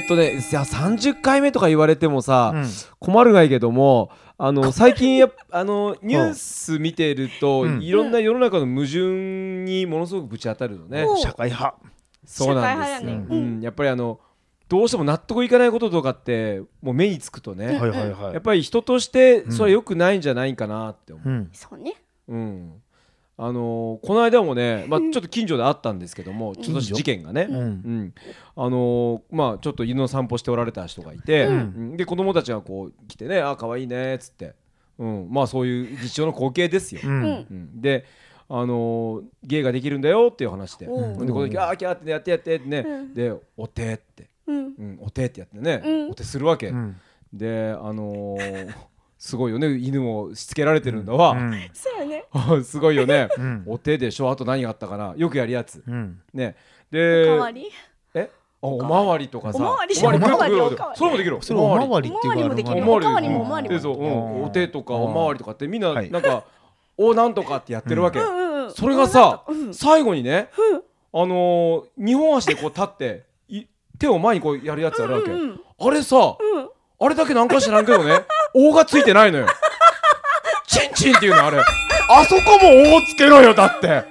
[SPEAKER 2] えっとねじゃあ30回目とか言われてもさ、
[SPEAKER 3] うん
[SPEAKER 2] 困るがいけどもあの最近やっあのニュース見てると、
[SPEAKER 3] うん
[SPEAKER 2] いろんな世の中の矛盾にものすごくぶち当たるのね、
[SPEAKER 4] お
[SPEAKER 3] 社会派。
[SPEAKER 2] そうなんですよ、
[SPEAKER 4] 社会派
[SPEAKER 2] う
[SPEAKER 4] やね
[SPEAKER 2] ん、やっぱりあのどうしても納得いかないこととかってもう目につくとね、
[SPEAKER 3] はいはいは
[SPEAKER 2] やっ
[SPEAKER 3] い。
[SPEAKER 2] ぱり人として
[SPEAKER 3] ん
[SPEAKER 2] それは良くないんじゃないかなって思う、
[SPEAKER 3] うん。
[SPEAKER 4] そうね
[SPEAKER 2] うんあのこの間もね、まあ、ちょっと近所であったんですけども、ちょっとした事件がね、
[SPEAKER 3] うん。
[SPEAKER 2] うん、あのーまあちょっと犬の散歩しておられた人がいて、
[SPEAKER 3] うん
[SPEAKER 2] うんで子供たちがこう来てね「あ可愛いね」っつって、うん、まあそういう日常の光景ですよ。
[SPEAKER 3] う。
[SPEAKER 4] うんん
[SPEAKER 2] うん、であのー芸ができるんだよっていう話で、
[SPEAKER 4] おう
[SPEAKER 2] でこの時あーキャーってやってやってってね、
[SPEAKER 4] うん
[SPEAKER 2] でお手って、
[SPEAKER 4] うん
[SPEAKER 2] うん、お手ってやってね、
[SPEAKER 4] うん
[SPEAKER 2] お手するわけ、
[SPEAKER 3] うん。
[SPEAKER 2] であのー すごいよね犬もしつけられてるのは、
[SPEAKER 3] う
[SPEAKER 4] そうやね
[SPEAKER 2] すごいよね、
[SPEAKER 3] ん。
[SPEAKER 2] お手でしょあと何があったかなよくやるやつ
[SPEAKER 3] うん。
[SPEAKER 2] ね
[SPEAKER 4] お
[SPEAKER 2] で
[SPEAKER 4] かわり
[SPEAKER 2] えあおまわりとかさ
[SPEAKER 4] おまわり
[SPEAKER 2] おまわり
[SPEAKER 4] おまわり
[SPEAKER 2] おまわり
[SPEAKER 4] お
[SPEAKER 2] それもできる
[SPEAKER 3] それおまわ
[SPEAKER 4] り
[SPEAKER 3] り
[SPEAKER 4] っ
[SPEAKER 3] ってて
[SPEAKER 4] い
[SPEAKER 3] いうう
[SPEAKER 4] か
[SPEAKER 3] か
[SPEAKER 4] おまわり
[SPEAKER 2] おま
[SPEAKER 4] お
[SPEAKER 2] わり
[SPEAKER 4] まわりもおまわりも
[SPEAKER 2] でそううん
[SPEAKER 3] うん
[SPEAKER 2] お手とか
[SPEAKER 3] うん
[SPEAKER 2] おまわりとかってみんな
[SPEAKER 3] はい
[SPEAKER 2] なんかおなんとかってやってるわけ
[SPEAKER 4] うんうんうん
[SPEAKER 2] それがさ
[SPEAKER 4] うん
[SPEAKER 2] 最後にねあのー二本足でこう立ってい手を前にこうやるやつあるわけ
[SPEAKER 4] うんうん
[SPEAKER 2] あれさ
[SPEAKER 4] うん
[SPEAKER 2] あれだけなんか知らんけどね おがついてないのよチンチンっていうのあれあそこもおつけろよだって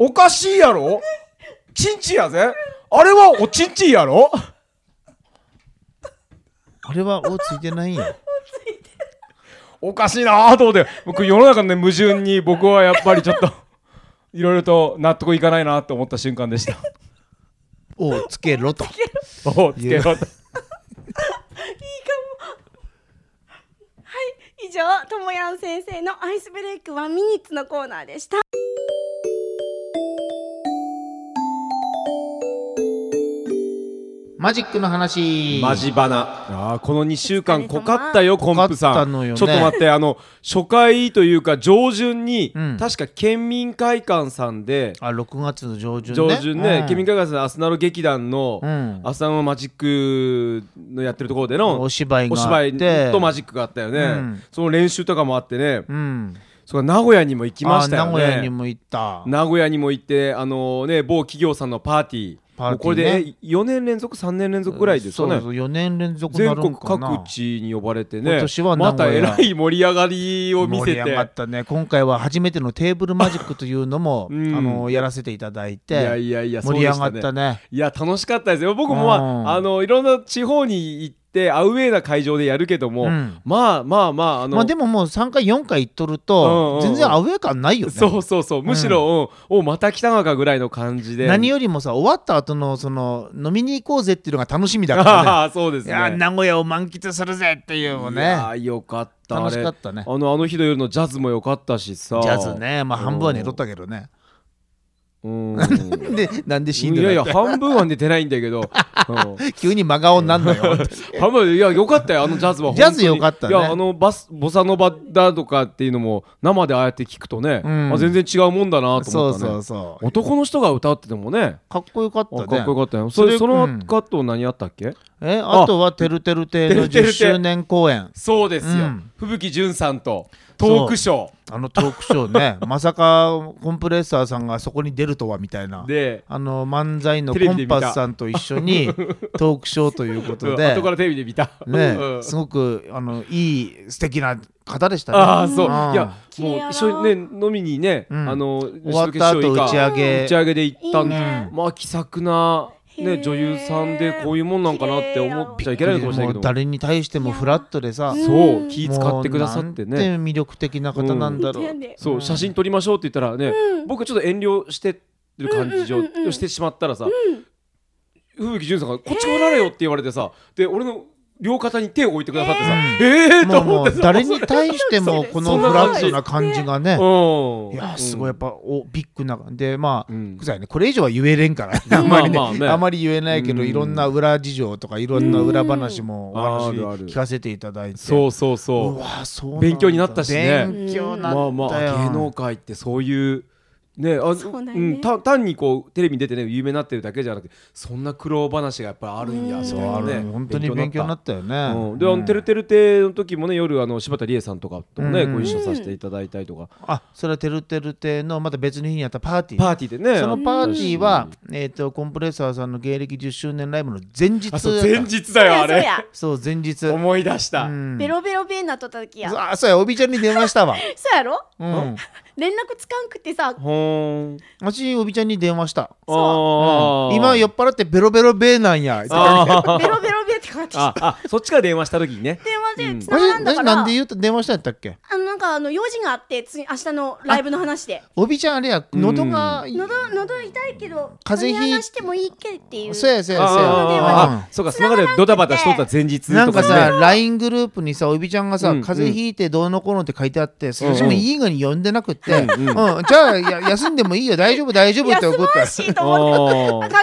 [SPEAKER 2] おかしいやろチンチンやぜあれはおちんちんやろ
[SPEAKER 3] あれは、おついてないんや。
[SPEAKER 2] おかしいなぁと思って僕世の中のね矛盾に僕はやっぱりちょっといろいろと納得いかないなと思った瞬間でした
[SPEAKER 3] おをつけろと。
[SPEAKER 2] おうつけろと
[SPEAKER 4] 以上ともやん先生のアイスブレイクワンミニッツのコーナーでした
[SPEAKER 3] マジックの話。
[SPEAKER 2] マジバナあーこの2週間
[SPEAKER 4] お疲れ様
[SPEAKER 2] 濃かったよコンプ
[SPEAKER 3] 濃か
[SPEAKER 2] さ
[SPEAKER 3] った
[SPEAKER 2] ん、
[SPEAKER 3] のよね
[SPEAKER 2] ちょっと待ってあの初回というか上旬に、
[SPEAKER 3] うん
[SPEAKER 2] 確か県民会館さんで
[SPEAKER 3] あ、6月の上旬ね。
[SPEAKER 2] 上旬ね、
[SPEAKER 3] うん
[SPEAKER 2] 県民会館さんでアスナロ劇団の、
[SPEAKER 3] うん
[SPEAKER 2] アスナロマジックのやってるところでの
[SPEAKER 3] お芝居
[SPEAKER 2] お
[SPEAKER 3] があ
[SPEAKER 2] 芝
[SPEAKER 3] っ
[SPEAKER 2] 居
[SPEAKER 3] て。
[SPEAKER 2] とマジックがあったよね、
[SPEAKER 3] うん
[SPEAKER 2] その練習とかもあってね、
[SPEAKER 3] うん。
[SPEAKER 2] それから名古屋にも行きましたよ
[SPEAKER 3] あ
[SPEAKER 2] ね
[SPEAKER 3] 名古屋にも行った。
[SPEAKER 2] 名古屋にも行って、あのね、某企業さんのパーティー、
[SPEAKER 3] パーティーね
[SPEAKER 2] もうこれで4年連続、3年連続ぐらいですかね。
[SPEAKER 3] そうそう、4年連続にな
[SPEAKER 2] 全
[SPEAKER 3] るんか
[SPEAKER 2] 国
[SPEAKER 3] な。
[SPEAKER 2] 各地に呼ばれて
[SPEAKER 3] 今
[SPEAKER 2] ね、
[SPEAKER 3] 年は名
[SPEAKER 2] また
[SPEAKER 3] 古
[SPEAKER 2] え
[SPEAKER 3] 屋
[SPEAKER 2] らい盛り上がりを見せ
[SPEAKER 3] 盛り上が
[SPEAKER 2] て
[SPEAKER 3] っ。たね。今回は初めてのテーブルマジックというのも、
[SPEAKER 2] うん
[SPEAKER 3] あの、やらせていただい
[SPEAKER 2] い
[SPEAKER 3] て。
[SPEAKER 2] やいやいや、
[SPEAKER 3] 盛り上が
[SPEAKER 2] そう
[SPEAKER 3] っ
[SPEAKER 2] でしたたね。
[SPEAKER 3] ね。
[SPEAKER 2] いや、楽しかったですよ。僕も、ま
[SPEAKER 3] うん
[SPEAKER 2] あ、あの、いろんな地方に行っってアウェーな会場でやるけども、
[SPEAKER 3] うん
[SPEAKER 2] まあまあまああの、
[SPEAKER 3] まあでももう3回4回行っとる
[SPEAKER 2] うんうん
[SPEAKER 3] と
[SPEAKER 2] うん
[SPEAKER 3] 全然アウェー感ないよね
[SPEAKER 2] そうそうそうむしろ、うんおまた来たのかぐらいの感じで
[SPEAKER 3] 何
[SPEAKER 2] を
[SPEAKER 3] よりもさ終わった後のその飲みに行こうぜっていうのが楽しみだからね
[SPEAKER 2] ああ そうです
[SPEAKER 3] い
[SPEAKER 2] ね
[SPEAKER 3] やー名古屋を満喫するぜっていうのも
[SPEAKER 2] い
[SPEAKER 3] ね
[SPEAKER 2] やーよかった
[SPEAKER 3] 楽しか
[SPEAKER 2] あ
[SPEAKER 3] っ
[SPEAKER 2] れ
[SPEAKER 3] たね
[SPEAKER 2] あのあの日の夜のジャズもよかったしさ
[SPEAKER 3] ジャズねまあ
[SPEAKER 2] うん
[SPEAKER 3] 半分は寝とったけどね
[SPEAKER 2] うん
[SPEAKER 3] でなん で死ん
[SPEAKER 2] い
[SPEAKER 3] で
[SPEAKER 2] やい
[SPEAKER 3] る
[SPEAKER 2] や半分は寝てないんだけ ど、うん
[SPEAKER 3] 急に真顔に なんだよ
[SPEAKER 2] ハムいやよかったよあのジャズは
[SPEAKER 3] ジャズ良かったね
[SPEAKER 2] いやあのバスボサノバだとかっていうのも生でああやって聞くとね、
[SPEAKER 3] うん
[SPEAKER 2] あ全然違うもんだなと
[SPEAKER 3] そ
[SPEAKER 2] 思
[SPEAKER 3] う
[SPEAKER 2] ったね
[SPEAKER 3] そうそう
[SPEAKER 2] 男の人が歌っててもね
[SPEAKER 3] かっこよかっ
[SPEAKER 2] あ
[SPEAKER 3] た
[SPEAKER 2] かっこよ
[SPEAKER 3] ね
[SPEAKER 2] かったよそれ
[SPEAKER 3] そ
[SPEAKER 2] そ
[SPEAKER 3] れ
[SPEAKER 2] の
[SPEAKER 3] うん
[SPEAKER 2] カット何あったっけ、
[SPEAKER 3] えあとは「てるてる亭」の
[SPEAKER 2] てるて
[SPEAKER 3] 10
[SPEAKER 2] るて
[SPEAKER 3] 周年公演
[SPEAKER 2] そうですよ、
[SPEAKER 3] うん
[SPEAKER 2] 吹雪純さんとトークショ
[SPEAKER 3] あのトークショーね まさかコンプレッサーさんがそこに出るとはみたいな
[SPEAKER 2] ーで
[SPEAKER 3] あの漫才の
[SPEAKER 2] テレ
[SPEAKER 3] コ
[SPEAKER 2] ビで
[SPEAKER 3] ン
[SPEAKER 2] 見た
[SPEAKER 3] パスさんと一緒にトークショーということ
[SPEAKER 2] うん
[SPEAKER 3] で
[SPEAKER 2] 後からテレビで見た、
[SPEAKER 3] ね
[SPEAKER 2] う、ん
[SPEAKER 3] すごくあのいい素敵な方でしたね。
[SPEAKER 2] ああそう、
[SPEAKER 3] うん
[SPEAKER 2] いや
[SPEAKER 4] 綺麗
[SPEAKER 2] も
[SPEAKER 4] や
[SPEAKER 2] う
[SPEAKER 4] な
[SPEAKER 2] 一緒にね飲みにね、
[SPEAKER 3] うん
[SPEAKER 2] あの
[SPEAKER 3] 終わった後打ち上げ
[SPEAKER 2] 打ち上げで行ったんで
[SPEAKER 4] いいね
[SPEAKER 2] まあ気さくな、
[SPEAKER 4] へ
[SPEAKER 2] ね、
[SPEAKER 4] ー
[SPEAKER 2] 女優さんでこういうもんなんかなって思っちゃいけないのかもしれない
[SPEAKER 3] も
[SPEAKER 2] け
[SPEAKER 3] う
[SPEAKER 2] ど
[SPEAKER 3] 誰に対してもフラットでさ
[SPEAKER 4] い、や
[SPEAKER 2] そう気使ってくださって
[SPEAKER 3] もうな
[SPEAKER 2] ね
[SPEAKER 3] んて魅力的な方なんだろう。
[SPEAKER 4] うん
[SPEAKER 2] そう写真撮りましょうって言ったらね、僕ちょっと遠慮してる感じ
[SPEAKER 4] うんうんうんう
[SPEAKER 2] を
[SPEAKER 4] ん
[SPEAKER 2] してしまったらさ、風紀純さんが「こっち来られよ」って言われてさで俺の両肩に手を置いてくださってさ「ええ!」
[SPEAKER 3] も
[SPEAKER 2] と
[SPEAKER 3] うも
[SPEAKER 2] 思っ
[SPEAKER 3] う
[SPEAKER 2] てさ
[SPEAKER 3] 誰に対してもこの
[SPEAKER 2] そん
[SPEAKER 3] フ
[SPEAKER 2] な
[SPEAKER 3] ラ
[SPEAKER 2] 感
[SPEAKER 3] ッ
[SPEAKER 2] じ
[SPEAKER 3] トな感じがね。
[SPEAKER 2] うん
[SPEAKER 3] いやすごいやっぱおビッグなでまあ、
[SPEAKER 2] うん
[SPEAKER 3] くさいねこれ以上は言えれんから、 あんまりね,、
[SPEAKER 2] まあまあね
[SPEAKER 3] あまり言えないけど、
[SPEAKER 2] うん
[SPEAKER 3] いろんな裏事情とかいろんな裏話もお話
[SPEAKER 2] うんあるある
[SPEAKER 3] 聞かせていただいて
[SPEAKER 2] そうそうそう
[SPEAKER 3] うわそうなんだ
[SPEAKER 2] 勉強になったしね
[SPEAKER 3] 勉強にな
[SPEAKER 2] ま
[SPEAKER 3] ったよ
[SPEAKER 2] あ、まあ芸能界ってそういうねあ
[SPEAKER 4] そうだよね
[SPEAKER 2] ん、た単にこうテレビに出てね有名になってるだけじゃなくてそんな苦労話がやっぱりあるんや
[SPEAKER 3] そ
[SPEAKER 2] そうう
[SPEAKER 3] あ
[SPEAKER 2] ね
[SPEAKER 3] る本当に勉強になったよ
[SPEAKER 2] た
[SPEAKER 3] ね
[SPEAKER 2] うん、であ
[SPEAKER 3] うん
[SPEAKER 2] の「てるてるて」の時もね夜あの柴田理恵さんとかともね、
[SPEAKER 3] うん
[SPEAKER 2] ご一緒させていただいたりとか、
[SPEAKER 3] あそれはてるてるてのまた別の日にやったパーティー
[SPEAKER 2] パーティーでね
[SPEAKER 3] そのパーティーは、えー、とコンプレッサーさんの芸歴10周年ライブの前日
[SPEAKER 2] あそう前日だ
[SPEAKER 4] そう
[SPEAKER 2] よあ
[SPEAKER 4] やそう
[SPEAKER 2] れ
[SPEAKER 4] や
[SPEAKER 3] そう前日
[SPEAKER 2] 思い出した、
[SPEAKER 3] うん
[SPEAKER 4] ベロベロベーなっとった時や
[SPEAKER 3] そうあそうやおびちゃんに電話 したわ、
[SPEAKER 4] そうやろ
[SPEAKER 3] うん、
[SPEAKER 4] 連絡つかんくて さ
[SPEAKER 2] ほーん
[SPEAKER 3] 私おびちゃんに電話した、
[SPEAKER 2] あ
[SPEAKER 3] う
[SPEAKER 2] ー
[SPEAKER 3] ん今酔っ払ってベロベロベーなんや
[SPEAKER 2] あー
[SPEAKER 4] ベロベロベーって感じ
[SPEAKER 2] ああそっちから電話した時にね
[SPEAKER 4] 電話でつながら
[SPEAKER 3] 私
[SPEAKER 4] んだか
[SPEAKER 3] 何
[SPEAKER 4] ら、
[SPEAKER 3] なんで言うと電話したんやったっけ
[SPEAKER 4] あのなんかあの用事があって次明日のライブの話で
[SPEAKER 3] おびちゃんあれや喉が、
[SPEAKER 4] 喉喉痛いけど
[SPEAKER 3] 風邪ひい
[SPEAKER 4] 話してもいいけっていう
[SPEAKER 3] そうやそうやそうや、うん
[SPEAKER 2] あーあそうかその中でドタバタしとった前日とか、ね、
[SPEAKER 3] なんかさ、LINE グループにさ、おいびちゃんがさ、
[SPEAKER 2] うん
[SPEAKER 3] 風邪ひいてどうのこうのって書いてあって、そ
[SPEAKER 2] うん
[SPEAKER 3] っちもいいのに呼んでなくって、うん、
[SPEAKER 2] うん
[SPEAKER 3] じゃあや休んでもいいよ、大丈夫、大丈夫って
[SPEAKER 4] 休
[SPEAKER 3] 怒っ
[SPEAKER 4] ま
[SPEAKER 3] た
[SPEAKER 4] ん
[SPEAKER 3] よ。
[SPEAKER 4] しと
[SPEAKER 2] あ
[SPEAKER 4] 思って
[SPEAKER 2] ー
[SPEAKER 4] 鍵穴だ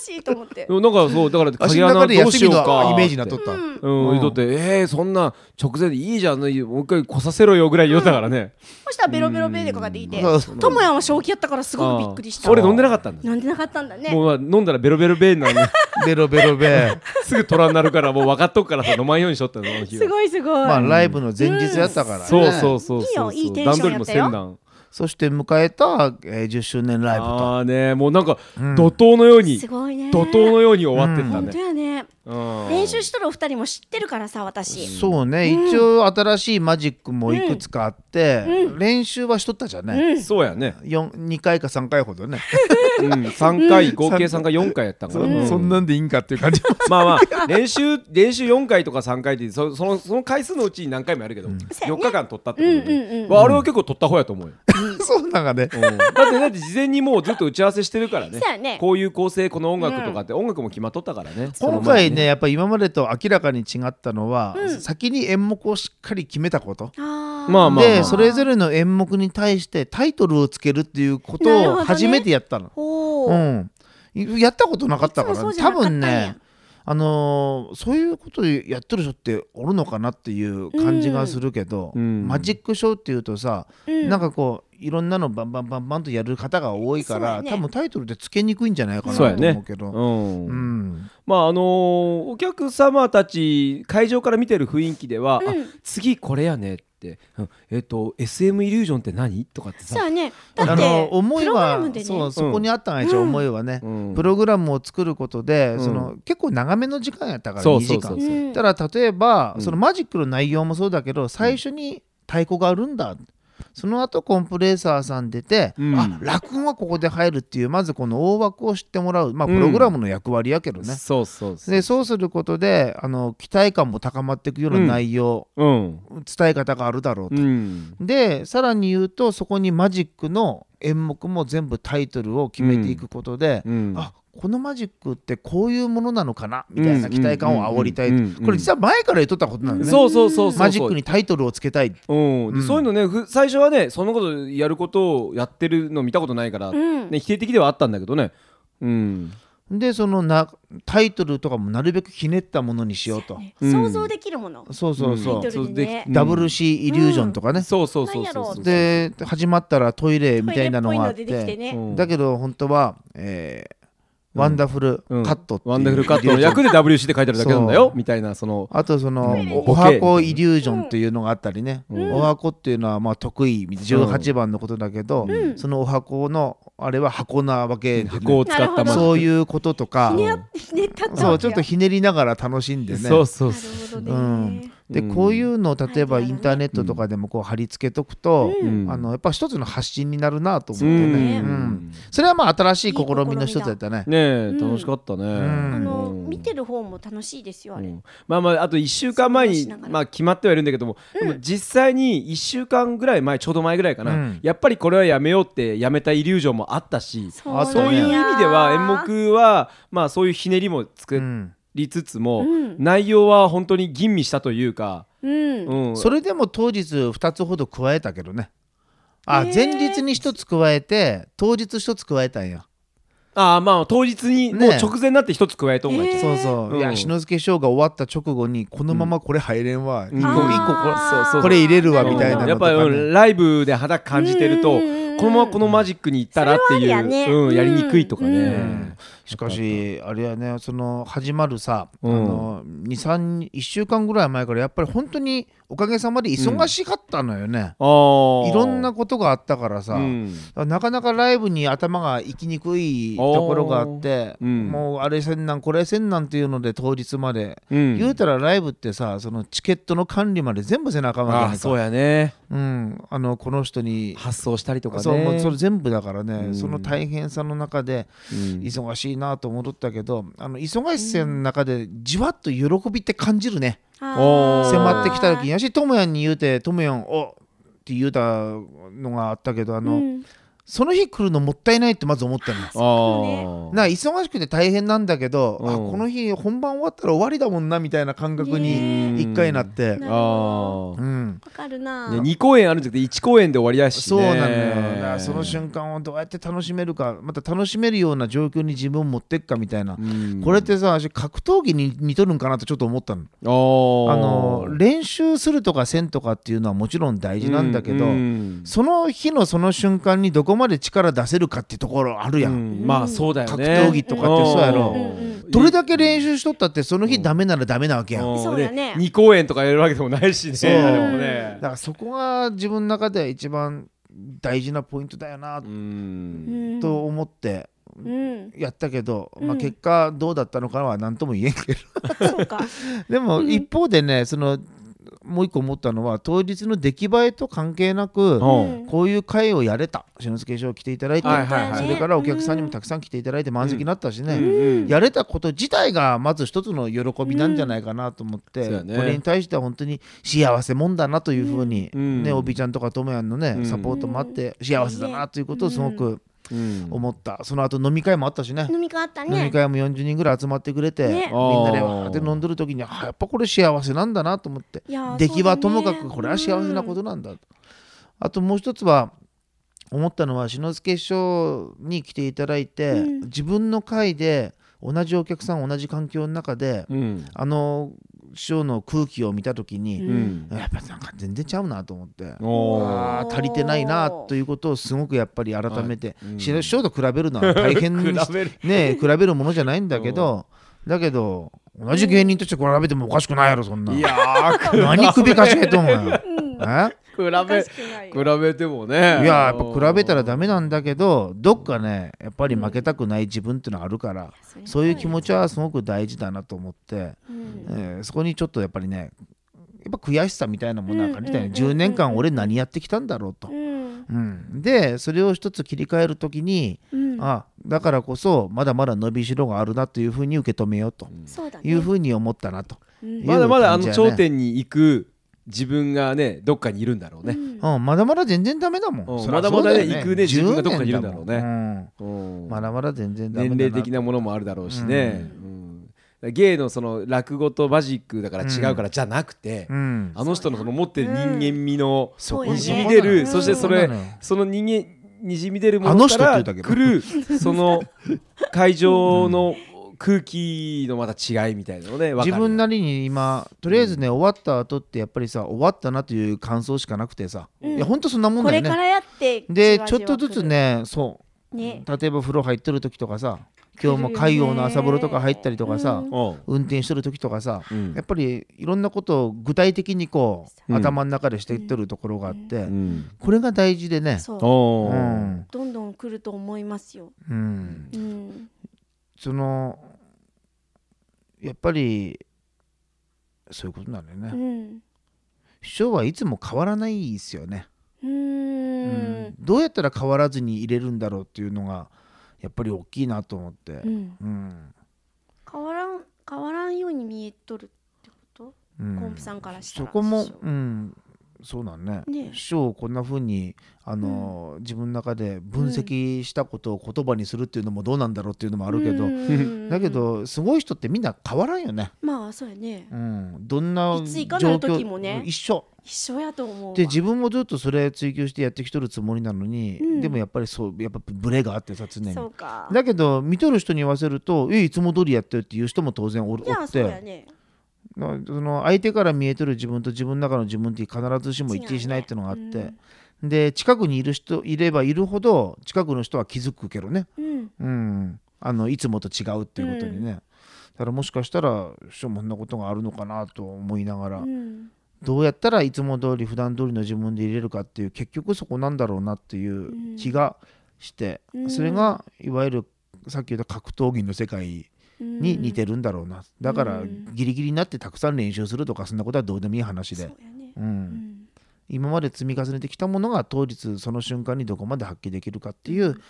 [SPEAKER 4] けやしと思って
[SPEAKER 2] で もなんかそうだから
[SPEAKER 3] 足
[SPEAKER 2] 鍵
[SPEAKER 3] の中
[SPEAKER 2] 穴
[SPEAKER 3] で
[SPEAKER 2] どうし
[SPEAKER 3] 休み
[SPEAKER 2] よう
[SPEAKER 3] の
[SPEAKER 2] か
[SPEAKER 3] イメージになっとった。
[SPEAKER 2] うん、
[SPEAKER 3] うん
[SPEAKER 2] 言うとってえー、そんな直前でいいじゃんもう一回来させろよぐらい言うたからね、
[SPEAKER 4] そしたらベロベロベーでかかってきて
[SPEAKER 3] そうそう
[SPEAKER 4] ともやんは正気やったから すごくびっくりした
[SPEAKER 2] あー俺飲んでなかったんだ、
[SPEAKER 4] なんでなかったんだね
[SPEAKER 2] もう飲んだらベロベロベーになるね
[SPEAKER 3] ベロベロベ。
[SPEAKER 2] すぐ虎になるからもう分かっとくからさ飲まんようにしと ったのあの日は
[SPEAKER 4] すごいすごい、
[SPEAKER 3] まあ、ライブの前日やったから、ね
[SPEAKER 2] そうそうそう
[SPEAKER 4] いい
[SPEAKER 2] そ
[SPEAKER 4] よ
[SPEAKER 2] う
[SPEAKER 4] いいテン
[SPEAKER 2] 段
[SPEAKER 4] ショ
[SPEAKER 2] 取り
[SPEAKER 4] ンや
[SPEAKER 2] も
[SPEAKER 4] った
[SPEAKER 2] せ
[SPEAKER 4] よ
[SPEAKER 2] んなん
[SPEAKER 3] そして迎えた、えー10周年ライブと。
[SPEAKER 2] ああねもうなんか
[SPEAKER 3] うん
[SPEAKER 2] 怒涛のように、
[SPEAKER 4] すごいね
[SPEAKER 2] 怒涛のように終わってった
[SPEAKER 4] 本当
[SPEAKER 2] ね、
[SPEAKER 4] やね
[SPEAKER 2] うん
[SPEAKER 4] 練習しとるお二人も知ってるからさ私
[SPEAKER 3] そうね、一応新しいマジックもいくつかあって、練習はしとったじゃない、
[SPEAKER 2] そうやね、
[SPEAKER 3] 四2回か3回ほどね、
[SPEAKER 2] うん、3回合計3回4回やったから、う
[SPEAKER 3] そんなんでいいんかっていう感じ
[SPEAKER 2] まあまあ練習練習4回とか3回ってそそのその回数のうちに何回もやるけど、4日間取ったってことで、
[SPEAKER 4] うんうんうん
[SPEAKER 2] まああれは結構取った方やと思うよ、
[SPEAKER 3] そうなんかね、
[SPEAKER 2] うんだってだって事前にもうずっと打ち合わせしてるからね
[SPEAKER 4] そうやね
[SPEAKER 2] こういう構成この音楽とかって、音楽も決まっとったからね
[SPEAKER 3] 今回ねやっぱ今までと明らかに違ったのは、先に演目をしっかり決めたこと、
[SPEAKER 4] あー
[SPEAKER 2] まあまあ
[SPEAKER 3] でそれぞれの演目に対してタイトルをつけるっていうこ
[SPEAKER 4] なるほ
[SPEAKER 3] とを
[SPEAKER 4] どね
[SPEAKER 3] 初めてやったの、
[SPEAKER 4] ほう、
[SPEAKER 3] うん、やったことなかったか
[SPEAKER 4] いつ
[SPEAKER 3] ら
[SPEAKER 4] もそうじゃ
[SPEAKER 3] 多
[SPEAKER 4] なかったん
[SPEAKER 3] 分
[SPEAKER 4] や
[SPEAKER 3] ねあのーそういうことやってる人っておるのかなっていう感じがするけど、
[SPEAKER 2] うん
[SPEAKER 3] マジックショーっていうとさ、
[SPEAKER 4] うん
[SPEAKER 3] なんかこういろんなのバンバンバンバンとやる方が多いから、
[SPEAKER 4] そうやね
[SPEAKER 3] 多分タイトルってつけにくいんじゃないかなと
[SPEAKER 2] そうやね
[SPEAKER 3] 思うけど。
[SPEAKER 2] うん
[SPEAKER 3] うん
[SPEAKER 2] まああのーお客様たち会場から見てる雰囲気では、あ
[SPEAKER 4] うん
[SPEAKER 2] 次これやねって、うんえっ、と SM イリュージョンって何とかって
[SPEAKER 4] そう
[SPEAKER 2] さ
[SPEAKER 4] やねだって
[SPEAKER 3] あの思い
[SPEAKER 4] プログラ
[SPEAKER 3] は
[SPEAKER 4] ムでね
[SPEAKER 3] そうそこにあったんや一応思いはね、
[SPEAKER 2] うん
[SPEAKER 3] プログラムを作ることで、
[SPEAKER 2] うん
[SPEAKER 3] その結構長めの時間やったから
[SPEAKER 2] そ
[SPEAKER 3] 2
[SPEAKER 2] う
[SPEAKER 3] 時
[SPEAKER 2] そ
[SPEAKER 3] 間
[SPEAKER 2] うそう
[SPEAKER 4] うん
[SPEAKER 3] ただ例えば、
[SPEAKER 2] うん
[SPEAKER 3] そのマジックの内容もそうだけど最初に太鼓があるんだその後コンプレッサーさん出て、
[SPEAKER 2] うん
[SPEAKER 3] あ落語はここで入るっていうまずこの大枠を知ってもらうまあプログラムの役割やけどね、
[SPEAKER 2] そうそうそう
[SPEAKER 3] でそうすることであの期待感も高まっていくような内容、
[SPEAKER 2] うん
[SPEAKER 3] 伝え方があるだろうと
[SPEAKER 2] うん
[SPEAKER 3] でさらに言うとそこにマジックの演目も全部タイトルを決めていくことで、
[SPEAKER 2] うん
[SPEAKER 3] あこのマジックってこういうものなのかなみたいな期待感を煽りたい
[SPEAKER 2] うんうんうんうんうん
[SPEAKER 3] これ実は前から言っとったことなんだね
[SPEAKER 2] そうそうそうそう
[SPEAKER 3] マジックにタイトルをつけたい
[SPEAKER 2] うんで
[SPEAKER 3] うん
[SPEAKER 2] そういうのねふ最初はねそんなことやることをやってるの見たことないから
[SPEAKER 4] う
[SPEAKER 2] ね
[SPEAKER 4] ん、
[SPEAKER 2] 否定的ではあったんだけどねうん
[SPEAKER 3] でそのなタイトルとかもなるべくひねったものにしようと
[SPEAKER 4] ね
[SPEAKER 2] うん
[SPEAKER 4] 想像できるもの、
[SPEAKER 3] そうそう
[SPEAKER 4] タ
[SPEAKER 3] そ
[SPEAKER 4] イトル
[SPEAKER 3] う、
[SPEAKER 2] そうで
[SPEAKER 4] う
[SPEAKER 2] うん
[SPEAKER 3] WC イリュージョンとかね、
[SPEAKER 2] そうそうそう
[SPEAKER 4] なんやろ
[SPEAKER 2] そうう
[SPEAKER 3] で始まったらトイレみたいなのがあっ
[SPEAKER 4] トイレっぽいの出てき
[SPEAKER 3] て
[SPEAKER 4] てね、
[SPEAKER 2] うん
[SPEAKER 3] だけど本当は、えーワンダフル
[SPEAKER 2] うん
[SPEAKER 3] カットっていう
[SPEAKER 2] ワンダフルカットの役で WC で書いてあるだけなんだよみたいなその
[SPEAKER 3] あとその
[SPEAKER 2] うん
[SPEAKER 3] おお箱イリュージョンっていうのがあったりね、
[SPEAKER 2] うん
[SPEAKER 3] お箱っていうのはまあ得意18番のことだけど、
[SPEAKER 4] うん
[SPEAKER 3] そのお箱のあれは箱なわけでね、
[SPEAKER 2] 箱を使ったま
[SPEAKER 3] そういうこととか
[SPEAKER 4] ひねあひねったった
[SPEAKER 3] そうちょっとひねりながら楽しんでね
[SPEAKER 2] そうそう
[SPEAKER 4] な
[SPEAKER 2] そう
[SPEAKER 4] るほどね、
[SPEAKER 3] で
[SPEAKER 2] うん
[SPEAKER 3] こういうのを例えば
[SPEAKER 4] はいはい
[SPEAKER 3] インターネットとかでもこう貼り付けとくと、
[SPEAKER 2] うん
[SPEAKER 3] あのやっぱ一つの発信になるなと思っ
[SPEAKER 2] う
[SPEAKER 3] てね、
[SPEAKER 4] うん
[SPEAKER 3] それはまあ新しい試みの一つだったね
[SPEAKER 2] ねえ
[SPEAKER 4] うん
[SPEAKER 2] 楽しかったね
[SPEAKER 3] ん
[SPEAKER 4] あの
[SPEAKER 2] うん
[SPEAKER 4] 見てる方も楽しいですよあれ、
[SPEAKER 2] うんまあまああと1週間前
[SPEAKER 4] 想像し
[SPEAKER 2] に
[SPEAKER 4] ながら
[SPEAKER 2] まあ決まってはいるんだけどもでも実際に1週間ぐらい前ちょうど前ぐらいか
[SPEAKER 3] う
[SPEAKER 2] なんやっぱりこれはやめようってやめたイリュージョンもあったし
[SPEAKER 4] そ
[SPEAKER 3] あ
[SPEAKER 2] そういう意味では演目はまあそういうひねりも
[SPEAKER 3] う
[SPEAKER 2] 作
[SPEAKER 3] ん
[SPEAKER 2] りつつも
[SPEAKER 4] うん
[SPEAKER 2] 内容は本当に吟味したというか
[SPEAKER 4] うん、
[SPEAKER 2] うん
[SPEAKER 3] それでも当日2つほど加えたけどねあ、
[SPEAKER 4] えー
[SPEAKER 3] 前日に1つ加えて当日1つ加えたんや
[SPEAKER 2] ああまあ当日にもう
[SPEAKER 3] ねえ
[SPEAKER 2] 直前になって一つ加えとんがい
[SPEAKER 4] えー
[SPEAKER 3] そうそう、
[SPEAKER 2] うん
[SPEAKER 3] いや志の輔師匠が終わった直後にこのままこれ入れんわ、
[SPEAKER 2] うん
[SPEAKER 3] 一個
[SPEAKER 2] あー
[SPEAKER 3] 一個これ
[SPEAKER 2] そうそう
[SPEAKER 3] これ入れるわ
[SPEAKER 4] な
[SPEAKER 3] みたいな
[SPEAKER 2] うん
[SPEAKER 3] の
[SPEAKER 2] や
[SPEAKER 3] と
[SPEAKER 2] っぱ
[SPEAKER 3] か、
[SPEAKER 2] り
[SPEAKER 3] ね
[SPEAKER 2] うんライブで肌感じてると
[SPEAKER 4] うんうんうん
[SPEAKER 2] このままこのマジックに行ったらって
[SPEAKER 4] そ
[SPEAKER 2] い
[SPEAKER 4] れはあ
[SPEAKER 2] う
[SPEAKER 4] るやね
[SPEAKER 2] うんやりにくいとか
[SPEAKER 4] う
[SPEAKER 2] ね
[SPEAKER 4] ん。
[SPEAKER 3] しかしあれやねその始まるさ、
[SPEAKER 2] うん
[SPEAKER 3] あの23 1週間ぐらい前からやっぱり本当におかげさまで忙しかったのよね、
[SPEAKER 2] あー
[SPEAKER 3] いろんなことがあったからさ、
[SPEAKER 2] うん
[SPEAKER 3] なかなかライブに頭が行きにくいところがあって、
[SPEAKER 2] おーうん
[SPEAKER 3] もうあれせんなんこれせんなんっていうので当日まで、
[SPEAKER 2] うん
[SPEAKER 3] 言うたらライブってさそのチケットの管理まで全部背中
[SPEAKER 2] あ
[SPEAKER 3] ま
[SPEAKER 2] あ
[SPEAKER 3] で
[SPEAKER 2] そうやね
[SPEAKER 3] うん、あのこの人に
[SPEAKER 2] 発送したりとかね
[SPEAKER 3] そうもうそれ全部だからね、
[SPEAKER 2] うん
[SPEAKER 3] その大変さの中で
[SPEAKER 2] うん
[SPEAKER 3] 忙しいなと戻ったけど、あの忙しさの中でじわっと喜びって感じるね、
[SPEAKER 4] あー
[SPEAKER 3] 迫ってきた時にやしともやんに言うてともやんおって言うたのがあったけどあ
[SPEAKER 4] う
[SPEAKER 3] の、
[SPEAKER 4] ん
[SPEAKER 3] その日来るのもったいないってまず思ったのよ
[SPEAKER 2] あー
[SPEAKER 3] な忙しくて大変なんだけど、あ
[SPEAKER 2] うん
[SPEAKER 3] この日本番終わったら終わりだもんなみたいな感覚に
[SPEAKER 2] うん
[SPEAKER 3] 一回なって、
[SPEAKER 4] なる
[SPEAKER 2] あ
[SPEAKER 4] ほ
[SPEAKER 2] あ
[SPEAKER 3] うん、
[SPEAKER 4] わかるな、
[SPEAKER 2] ね二公演あるんじゃなくて一公演で終わりだしね
[SPEAKER 3] そうなのよだからその瞬間をどうやって楽しめるかまた楽しめるような状況に自分を持っていくかみたいな、
[SPEAKER 2] うん
[SPEAKER 3] これってさ私格闘技に似とるんかなとちょっと思ったの
[SPEAKER 2] あー
[SPEAKER 3] あの練習するとかせんとかっていうのはもちろん大事なんだけど、
[SPEAKER 2] うん
[SPEAKER 3] その日のその瞬間にどこまで力出せるかっていうところあるやん、
[SPEAKER 2] うんまあそうだよね
[SPEAKER 3] 格闘技とかってそうやろ
[SPEAKER 2] うん
[SPEAKER 3] どれだけ練習しとったってその日ダメならダメなわけやん、
[SPEAKER 2] ん
[SPEAKER 4] そうだね
[SPEAKER 2] で二公演とかやるわけでもないしね
[SPEAKER 3] そう
[SPEAKER 2] あれもね
[SPEAKER 3] だからそこが自分の中で一番大事なポイントだよな
[SPEAKER 2] うん
[SPEAKER 4] うん
[SPEAKER 3] と思って
[SPEAKER 4] うん、
[SPEAKER 3] やったけど、
[SPEAKER 4] うん
[SPEAKER 3] まあ、結果どうだったのかは何とも言えんけど
[SPEAKER 4] そ うか
[SPEAKER 3] でも
[SPEAKER 4] うん
[SPEAKER 3] 一方でねそのもう一個思ったのは当日の出来栄えと関係なく
[SPEAKER 2] うん
[SPEAKER 3] こういう会をやれた志の輔師匠来ていただいて、
[SPEAKER 2] はいはいはい
[SPEAKER 3] それからお客さんにもたくさん来ていただいて満席になったしね、
[SPEAKER 2] うん
[SPEAKER 3] やれたこと自体がまず一つの喜びなんじゃないかなと思って、
[SPEAKER 2] うんそうやね
[SPEAKER 3] これに対しては本当に幸せもんだなというふうに、
[SPEAKER 2] うん
[SPEAKER 3] ねおびちゃんとかともやんのね、
[SPEAKER 2] うん
[SPEAKER 3] サポートもあって幸せだなということをすごく
[SPEAKER 2] うん
[SPEAKER 3] 思った、その後飲み会もあったしね
[SPEAKER 4] 飲み会あった
[SPEAKER 3] 飲
[SPEAKER 4] ね
[SPEAKER 3] み会も40人ぐらい集まってくれて、
[SPEAKER 4] ね
[SPEAKER 3] みんなでわーって飲んどる時にあやっぱこれ幸せなんだなと思って
[SPEAKER 4] いやー
[SPEAKER 3] 出来はともか
[SPEAKER 4] そうだ
[SPEAKER 3] く
[SPEAKER 4] ね
[SPEAKER 3] これは幸せなことなんだと、あともう一つは思ったのは志の輔師匠に来ていただいて、
[SPEAKER 4] うん
[SPEAKER 3] 自分の会で同じお客さん同じ環境の中で、
[SPEAKER 2] うん
[SPEAKER 3] あの師匠の空気を見た時に、
[SPEAKER 2] うん
[SPEAKER 3] やっぱなんか全然ちゃうなと思って。
[SPEAKER 2] おー
[SPEAKER 3] あー足りてないなということをすごくやっぱり改めて、
[SPEAKER 2] はいうん
[SPEAKER 3] 師匠と比べるのは大変に
[SPEAKER 2] 比べる
[SPEAKER 3] ねえ比べるものじゃないんだけど、だけど同じ芸人として比べてもおかしくないやろそんない
[SPEAKER 2] やーく
[SPEAKER 3] 何首かしげとん が
[SPEAKER 4] うん
[SPEAKER 3] え
[SPEAKER 4] お
[SPEAKER 2] 比
[SPEAKER 4] か
[SPEAKER 2] べ
[SPEAKER 4] しくないよ
[SPEAKER 2] 比べてもね
[SPEAKER 3] いややっぱ比べたらダメなんだけどどっかねやっぱり負けたくない自分ってのはあるからそういう気持ちはすごく大事だなと思って、
[SPEAKER 4] うん
[SPEAKER 3] えーそこにちょっとやっぱりねやっぱ悔しさみたいなものを感じたよ
[SPEAKER 4] うん
[SPEAKER 3] ね
[SPEAKER 4] うん
[SPEAKER 3] 10
[SPEAKER 4] うんうん
[SPEAKER 3] 年間俺何やってきたんだろうと
[SPEAKER 4] うん
[SPEAKER 3] うん、でそれを一つ切り替えるときに、
[SPEAKER 4] うん
[SPEAKER 3] あだからこそまだまだ伸びしろがあるなというふうに受け止めようと
[SPEAKER 4] そうだね
[SPEAKER 3] いうふうに思ったなと、
[SPEAKER 4] うん
[SPEAKER 3] いう
[SPEAKER 2] まだまだあの
[SPEAKER 3] 感じやね
[SPEAKER 2] 頂点に行く自分がねどっかにいるんだろう
[SPEAKER 4] う
[SPEAKER 2] ね、
[SPEAKER 4] ん
[SPEAKER 3] うん、まだまだ全然ダメだ
[SPEAKER 2] う
[SPEAKER 3] も
[SPEAKER 2] ん
[SPEAKER 3] んそりゃそうよ
[SPEAKER 2] まだまだね行くね自分がどっかにいるんだろう
[SPEAKER 3] 10
[SPEAKER 2] ね
[SPEAKER 3] 年だもん
[SPEAKER 2] うん
[SPEAKER 3] うんまだまだ全然ダメだ
[SPEAKER 2] 年
[SPEAKER 3] な
[SPEAKER 2] 齢的なものもあるだろうしね、うんだから芸のその落語とマジックだから違うからじゃなくて、
[SPEAKER 3] うん
[SPEAKER 2] あの人のその持ってる人間味の、
[SPEAKER 4] そう
[SPEAKER 3] やね
[SPEAKER 2] にじみ出る、
[SPEAKER 4] うん
[SPEAKER 2] そしてそ
[SPEAKER 3] そう
[SPEAKER 2] れ
[SPEAKER 3] なのよ
[SPEAKER 2] その人間にじみ出るも
[SPEAKER 3] あ
[SPEAKER 2] の
[SPEAKER 3] の人
[SPEAKER 2] か
[SPEAKER 3] って言
[SPEAKER 2] ら
[SPEAKER 3] うたけど
[SPEAKER 2] 来 るその会場の空気のまた違いみたいなのね分かる
[SPEAKER 3] 自分なりに今とりあえずね、終わった後ってやっぱりさ終わったなという感想しかなくてさ、
[SPEAKER 4] うん
[SPEAKER 3] いやほんとそんなもん
[SPEAKER 4] こ
[SPEAKER 3] だよ
[SPEAKER 4] れ
[SPEAKER 3] ね
[SPEAKER 4] からやって
[SPEAKER 3] で
[SPEAKER 4] じわ
[SPEAKER 3] ち
[SPEAKER 4] じ
[SPEAKER 3] ょ
[SPEAKER 4] わ
[SPEAKER 3] っとずつねそ
[SPEAKER 4] 来るね
[SPEAKER 3] う例えば風呂入ってる時とか さ今日も海洋の朝風呂とか入ったりとかさ、
[SPEAKER 4] うん
[SPEAKER 2] うん
[SPEAKER 3] 運転してる時とかさ、
[SPEAKER 2] うん
[SPEAKER 3] やっぱりいろんなことを具体的にこう、
[SPEAKER 2] うん
[SPEAKER 3] 頭の中でしていってるところがあって、
[SPEAKER 2] うん
[SPEAKER 3] これが大事でね
[SPEAKER 4] そう
[SPEAKER 2] お
[SPEAKER 3] う
[SPEAKER 2] ー
[SPEAKER 3] ん、
[SPEAKER 4] どんどん来ると思いますよ。
[SPEAKER 3] うん、
[SPEAKER 4] うん、
[SPEAKER 3] そのやっぱりそういうことなんだよね、
[SPEAKER 4] うん、
[SPEAKER 3] 師匠はいつも変わらないですよね、
[SPEAKER 4] う、
[SPEAKER 3] うんどうやったら変わらずに入れるんだろうっていうのがやっぱり大きいなと思って、う
[SPEAKER 4] うんん、
[SPEAKER 3] うん
[SPEAKER 4] 変わらん、変わらんように見えとるってこと。コンプさんからした
[SPEAKER 3] そ
[SPEAKER 4] ら。
[SPEAKER 3] こも
[SPEAKER 4] 師匠
[SPEAKER 3] うんそうだね
[SPEAKER 4] ね
[SPEAKER 3] 師匠をこんな風にあの、自分の中で分析したことを言葉にするっていうのもどうなんだろうっていうのもあるけど、
[SPEAKER 4] う ん
[SPEAKER 3] だけ、どすごい人ってみんな変わらんよね、
[SPEAKER 4] まあ、そうやね
[SPEAKER 3] う。ん、どんない
[SPEAKER 4] つ
[SPEAKER 3] 状
[SPEAKER 4] いかなる時
[SPEAKER 3] 況
[SPEAKER 4] もね
[SPEAKER 3] 一緒
[SPEAKER 4] 一緒やと思うわ。
[SPEAKER 3] で自分もずっとそれ追求してやってきとるつもりなのに、
[SPEAKER 4] うん
[SPEAKER 3] でもやっぱりそうやっぱブレがあってさ常に
[SPEAKER 4] そうか。
[SPEAKER 3] だけど見とる人に言わせると「えいつも通りやってる」っていう人も当然おおっ
[SPEAKER 4] じゃあ、そうや
[SPEAKER 3] て
[SPEAKER 4] ね。
[SPEAKER 3] なその相手から見えとる自分と自分の中の自分って必ずしも一致しないっていうのがあっ
[SPEAKER 4] 違
[SPEAKER 3] て、で近くにいる人いればいるほど近くの人は気づくけどね、
[SPEAKER 4] うん、
[SPEAKER 3] うん、あのいつもと違うっていうことにね、だからもしかしたら師匠もそんなことがあるのかなと思いながら、
[SPEAKER 4] うん、
[SPEAKER 3] どうやったらいつも通り普段通りの自分で入れるかっていう結局そこなんだろうなっていう気がして、
[SPEAKER 4] うん
[SPEAKER 3] それがいわゆるさっき言った格闘技の世界
[SPEAKER 4] うん
[SPEAKER 3] に似てるんだろうな、だから
[SPEAKER 4] うん
[SPEAKER 3] ギリギリになってたくさん練習するとかそんなことはどうでもいい話で、
[SPEAKER 4] そうやね。
[SPEAKER 3] うん
[SPEAKER 4] うん
[SPEAKER 3] 今まで積み重ねてきたものが当日その瞬間にどこまで発揮できるかっていう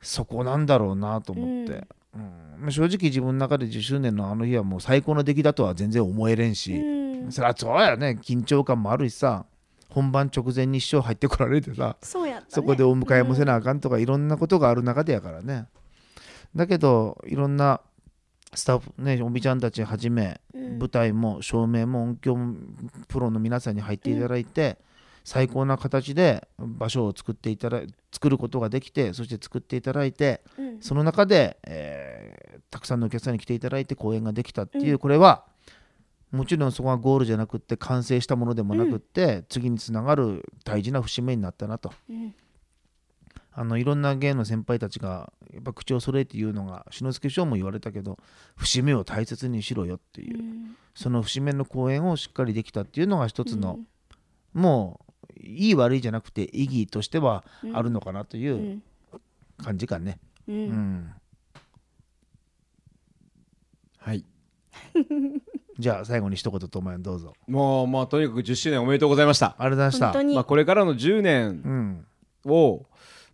[SPEAKER 3] そこなんだろうなと思って、うんまあ正直自分の中で10周年のあの日はもう最高の出来だとは全然思えれんし。
[SPEAKER 4] うん、
[SPEAKER 3] そりゃそうやね緊張感もあるしさ本番直前に師匠入ってこられて さ
[SPEAKER 4] そうやったね。
[SPEAKER 3] そこでお迎えもせなあかんとか、いろんなことがある中でやからねだけどいろんなスタッフねおびちゃんたちはじめ、
[SPEAKER 4] うん
[SPEAKER 3] 舞台も照明も音響もプロの皆さんに入っていただいて、最高な形で場所を作っていただ作ることができてそして作っていただいて
[SPEAKER 4] うん、
[SPEAKER 3] その中で、えーたくさんのお客さんに来ていただいて公演ができたっていう、
[SPEAKER 4] うん
[SPEAKER 3] これはもちろんそこがゴールじゃなくって完成したものでもなくって、次につながる大事な節目になったなと
[SPEAKER 4] うん、
[SPEAKER 3] あのいろんな芸の先輩たちがやっぱ口を揃えて言うのが志の輔師匠も言われたけど節目を大切にしろよっていう、
[SPEAKER 4] うん、
[SPEAKER 3] その節目の公演をしっかりできたっていうのが一つの、もういい悪いじゃなくて意義としてはあるのかなといううん感じかね。
[SPEAKER 4] う
[SPEAKER 3] うん
[SPEAKER 4] ん、
[SPEAKER 2] はい
[SPEAKER 3] じゃあ最後に一言とお前どうぞ。
[SPEAKER 2] もうまあとにかく10周年おめでとうございました、
[SPEAKER 3] ありがとうござい
[SPEAKER 4] 本
[SPEAKER 3] ま
[SPEAKER 4] 当
[SPEAKER 3] し
[SPEAKER 4] に
[SPEAKER 2] まあ、これからの10年
[SPEAKER 3] た。うん。
[SPEAKER 2] を、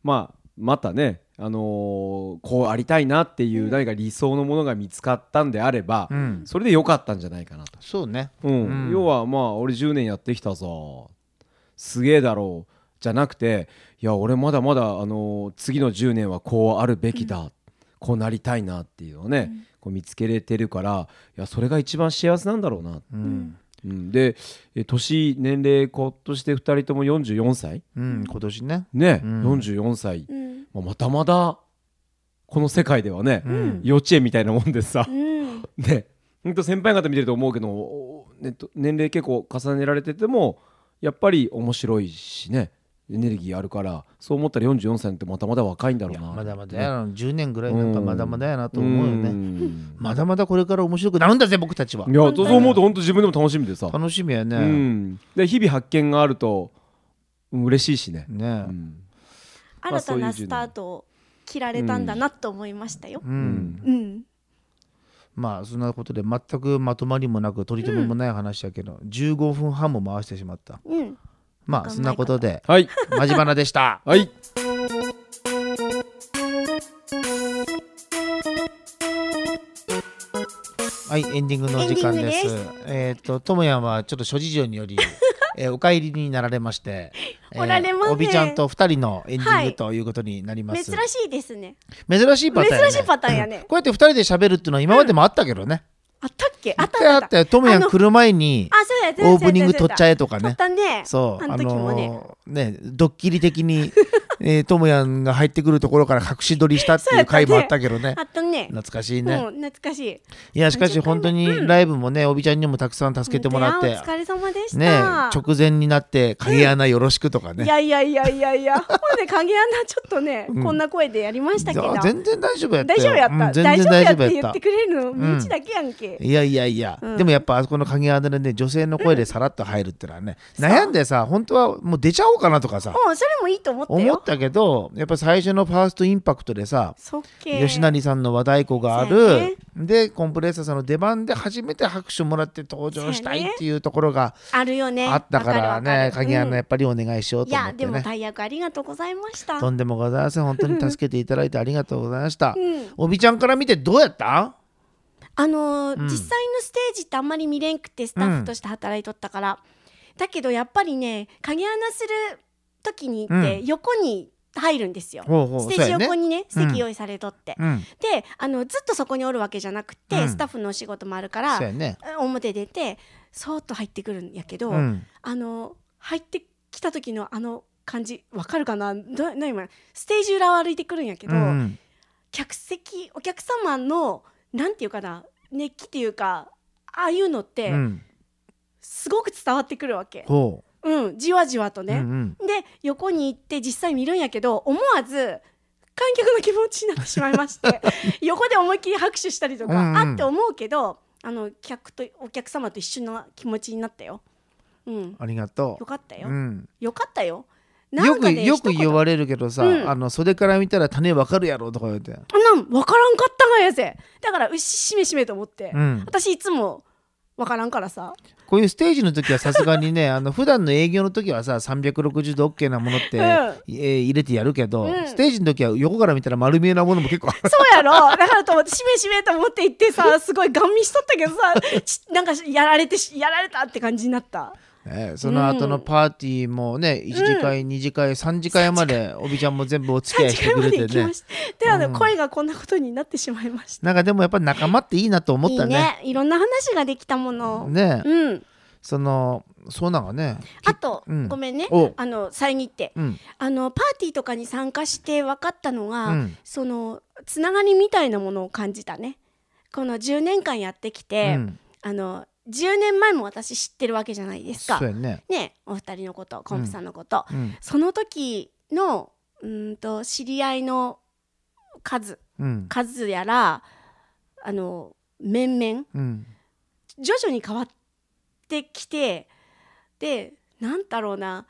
[SPEAKER 2] まあ、またね、あのーこうありたいなっていう何か理想のものが見つかったんであれば、
[SPEAKER 3] うん。
[SPEAKER 2] それで良かったんじゃないかなと、
[SPEAKER 3] そうね。
[SPEAKER 2] うん
[SPEAKER 3] うん
[SPEAKER 2] 要はまあ俺10年やってきたぞすげえだろうじゃなくていや俺まだまだ、あのー次の10年はこうあるべきだ、こうなりたいなっていうのをね、こう見つけれてるからいやそれが一番幸せなんだろうな、
[SPEAKER 3] う。
[SPEAKER 4] うんん、
[SPEAKER 2] うん、でえ年年齢今年で2人とも44歳
[SPEAKER 3] うん。今年ね。
[SPEAKER 2] ね、
[SPEAKER 3] うん
[SPEAKER 2] 44歳
[SPEAKER 4] うん、
[SPEAKER 2] まあ、まだまだこの世界ではね、
[SPEAKER 4] ん
[SPEAKER 2] 幼稚園みたいなもんでさ、
[SPEAKER 4] うん、
[SPEAKER 2] ねほんと先輩方見てると思うけど、おねと年齢結構重ねられててもやっぱり面白いしねエネルギーあるからそう思ったら44歳ってまだまだ若いんだろ
[SPEAKER 3] いうや
[SPEAKER 2] な
[SPEAKER 3] まだまだやな。10年ぐらいなんかまだまだやなと
[SPEAKER 2] と
[SPEAKER 3] 思うよね。
[SPEAKER 2] ね。
[SPEAKER 3] まだまだこれから面白くなるんだぜ僕たちはい
[SPEAKER 2] やそう思うと本当自分でも楽しみでさ、
[SPEAKER 3] 楽しみや
[SPEAKER 2] う
[SPEAKER 3] ね。
[SPEAKER 2] ん、で日々発見があるとうん嬉しいしね、
[SPEAKER 3] ね
[SPEAKER 2] う。んまあ
[SPEAKER 4] 新
[SPEAKER 2] そ
[SPEAKER 4] た
[SPEAKER 2] ういう
[SPEAKER 4] な
[SPEAKER 2] 順位
[SPEAKER 4] スタートを切られたんだなと思いましたよ。
[SPEAKER 3] う。
[SPEAKER 2] うんん
[SPEAKER 4] うん、
[SPEAKER 3] まあそんなことで全くまとまりもなく取り留めもない話やけど、15分半も回してしまった。
[SPEAKER 4] うん、
[SPEAKER 3] まあそんなことで
[SPEAKER 2] はい
[SPEAKER 3] マジバナでした。
[SPEAKER 2] はい
[SPEAKER 3] はい、エンディングの時間です。
[SPEAKER 4] エンデ
[SPEAKER 3] えっ、と、ともやんはちょっと諸事情に より、えーお帰りになられまして、え
[SPEAKER 4] おられますね
[SPEAKER 3] おびちゃんと二人のエンディン
[SPEAKER 4] は
[SPEAKER 3] グ
[SPEAKER 4] い
[SPEAKER 3] ということになりま
[SPEAKER 4] 珍
[SPEAKER 3] す。
[SPEAKER 4] しいですね
[SPEAKER 3] 珍しいパターン、ね。
[SPEAKER 4] 珍しいパターンやね
[SPEAKER 3] うんこうやって二人で喋るっていうのは今までもあったけどね。
[SPEAKER 4] あったっけあ
[SPEAKER 3] 一
[SPEAKER 4] った
[SPEAKER 3] 回あったよ。ともや
[SPEAKER 4] あ
[SPEAKER 3] ん
[SPEAKER 4] の
[SPEAKER 3] 来る前に、
[SPEAKER 4] あそうや全然
[SPEAKER 3] オープニング撮っちゃえとか
[SPEAKER 4] 撮っ
[SPEAKER 3] ね。
[SPEAKER 4] たね
[SPEAKER 3] そう、
[SPEAKER 4] あ
[SPEAKER 3] あ
[SPEAKER 4] の時もね
[SPEAKER 3] のーね、ドッキリ的 に、えー、ともやんが入ってくるところから隠し撮りしたっていう回もあったけどね
[SPEAKER 4] あ。ったね
[SPEAKER 3] 懐かしいね。
[SPEAKER 4] もうん懐かしい
[SPEAKER 3] いやしかし本当にライブもねおびちゃんにもたくさん助けてもらっ
[SPEAKER 4] いや
[SPEAKER 3] て
[SPEAKER 4] お疲れ様でした
[SPEAKER 3] ね直前になって「鍵穴よろしく」とか
[SPEAKER 4] い
[SPEAKER 3] ね
[SPEAKER 4] やいやいやいや いやほんで影穴ちょっとね
[SPEAKER 3] うん
[SPEAKER 4] こんな声でやりましたけど
[SPEAKER 3] あ全然大丈夫やった
[SPEAKER 4] 大
[SPEAKER 3] よ
[SPEAKER 4] 丈夫やっ
[SPEAKER 3] う
[SPEAKER 4] た
[SPEAKER 3] ん全
[SPEAKER 4] 大
[SPEAKER 3] 然
[SPEAKER 4] 丈夫
[SPEAKER 3] 大
[SPEAKER 4] や
[SPEAKER 3] 丈
[SPEAKER 4] っ
[SPEAKER 3] 夫
[SPEAKER 4] て
[SPEAKER 3] や
[SPEAKER 4] 言
[SPEAKER 3] っ
[SPEAKER 4] ってくれるの
[SPEAKER 3] ん
[SPEAKER 4] 身内だけやんけ
[SPEAKER 3] たいやいやいや、
[SPEAKER 4] うん
[SPEAKER 3] でもやっぱあそこの鍵穴でね女性の声でさらっと入るってのはね、悩んでさ本当はもう出ちゃおうかなとかさ
[SPEAKER 4] うんそれもいいと思った
[SPEAKER 3] 思
[SPEAKER 4] よ
[SPEAKER 3] ったけどやっぱ最初のファーストインパクトでさ
[SPEAKER 4] そっけ
[SPEAKER 3] 吉成さんの和太鼓があ
[SPEAKER 4] そうや
[SPEAKER 3] る、でコンプレッサーさんの出番で初めて拍手もらって登場したいっていうところが
[SPEAKER 4] あるよね
[SPEAKER 3] あったから
[SPEAKER 4] わ
[SPEAKER 3] ね
[SPEAKER 4] るわる
[SPEAKER 3] 鍵穴
[SPEAKER 4] う
[SPEAKER 3] やっぱりお願いしようん
[SPEAKER 4] い
[SPEAKER 3] と思っ
[SPEAKER 4] や
[SPEAKER 3] て
[SPEAKER 4] で
[SPEAKER 3] ね
[SPEAKER 4] も。大役ありがとうございました
[SPEAKER 3] とんでもございません。本当に助けていただいてありがとうございました。
[SPEAKER 4] うん
[SPEAKER 3] おびちゃんから見てどうやった
[SPEAKER 4] あのー
[SPEAKER 3] うん
[SPEAKER 4] 実際のステージってあんまり見れんくてスタッフとして働いとったから、だけどやっぱりね影穴する時に行って
[SPEAKER 3] う
[SPEAKER 4] 横に入るんですよ、
[SPEAKER 3] ほうほう
[SPEAKER 4] ステージ
[SPEAKER 3] そうや
[SPEAKER 4] 横
[SPEAKER 3] ね
[SPEAKER 4] にね
[SPEAKER 3] うん
[SPEAKER 4] 席用意されとって、
[SPEAKER 3] うん。
[SPEAKER 4] であのずっとそこにおるわけじゃなくて、
[SPEAKER 3] うん
[SPEAKER 4] スタッフのお仕事もあるか
[SPEAKER 3] そう
[SPEAKER 4] ら
[SPEAKER 3] やね。
[SPEAKER 4] 表出てそーっと入ってくるんやけど、
[SPEAKER 3] うん。
[SPEAKER 4] あの入ってきた時のあの感じわかるかなどな今ステージ裏を歩いてくるんやけど、
[SPEAKER 3] うん
[SPEAKER 4] 客席お客様のなんていうかな熱気っていうかああいうのっ
[SPEAKER 3] う
[SPEAKER 4] て
[SPEAKER 3] ん。
[SPEAKER 4] すごく伝わってくるわけ、
[SPEAKER 3] ほ
[SPEAKER 4] うんじわじわと
[SPEAKER 3] う。
[SPEAKER 4] ね、
[SPEAKER 3] うんうん
[SPEAKER 4] で横に行って実際見るんやけど思わず観客の気持ちになってしまいまして 横で思いっきり拍手したりとか、
[SPEAKER 3] うんうん
[SPEAKER 4] あって思うけどあの客とお客様と一緒の気持ちになったよ、うん、
[SPEAKER 3] ありがと
[SPEAKER 4] よかった
[SPEAKER 3] う。
[SPEAKER 4] よ、
[SPEAKER 3] うん。
[SPEAKER 4] よかったよな
[SPEAKER 3] よ
[SPEAKER 4] んか
[SPEAKER 3] く
[SPEAKER 4] ね
[SPEAKER 3] よく
[SPEAKER 4] 一言
[SPEAKER 3] 言われるけどさ、
[SPEAKER 4] うん
[SPEAKER 3] あの袖から見たら種わかるやろとか言って。
[SPEAKER 4] あんなん分からんかったがやぜだからうししめしめと思って、
[SPEAKER 3] うん。
[SPEAKER 4] 私いつも分からんからさ
[SPEAKER 3] こういうステージの時はさすがに ね、あの普段の営業の時はさ、360度 OK なものって、
[SPEAKER 4] うん
[SPEAKER 3] えー入れてやるけど、
[SPEAKER 4] うん
[SPEAKER 3] ステージの時は横から見たら丸見えなものも結構ある。
[SPEAKER 4] そうやろだからと思ってしめしめと思って行ってさすごいガン見しとったけどさちなんかやられてしやられたって感じになった
[SPEAKER 3] ね、その後のパーティーもね、1次会、2次会、3次会までおびちゃんも全部お付き合いして
[SPEAKER 4] 3
[SPEAKER 3] く
[SPEAKER 4] ま
[SPEAKER 3] れ
[SPEAKER 4] で
[SPEAKER 3] て
[SPEAKER 4] 行きま
[SPEAKER 3] ね
[SPEAKER 4] したであの、
[SPEAKER 3] うん
[SPEAKER 4] 声がこんなことになってしまいました
[SPEAKER 3] なんかでもやっぱ仲間っていいなと思ったね。
[SPEAKER 4] いいねいろんな話ができたもの、
[SPEAKER 3] ね
[SPEAKER 4] うん
[SPEAKER 3] そのそうなのね。
[SPEAKER 4] あと、
[SPEAKER 3] うん
[SPEAKER 4] ごめんね
[SPEAKER 3] お
[SPEAKER 4] あの遮って
[SPEAKER 3] うん
[SPEAKER 4] あのパーティーとかに参加して分かったのが、
[SPEAKER 3] うん
[SPEAKER 4] そのつながりみたいなものを感じたねこの10年間やってき
[SPEAKER 3] う
[SPEAKER 4] て、
[SPEAKER 3] ん、
[SPEAKER 4] あの10年前も私知ってるわけじゃないですか
[SPEAKER 3] そうやね。
[SPEAKER 4] ねお二人のことコンプさんのこと、
[SPEAKER 3] うん
[SPEAKER 4] その時のうーんと知り合いの数
[SPEAKER 3] うん
[SPEAKER 4] 数やらあの面々
[SPEAKER 3] うん
[SPEAKER 4] 徐々に変わってきてでなんだろうな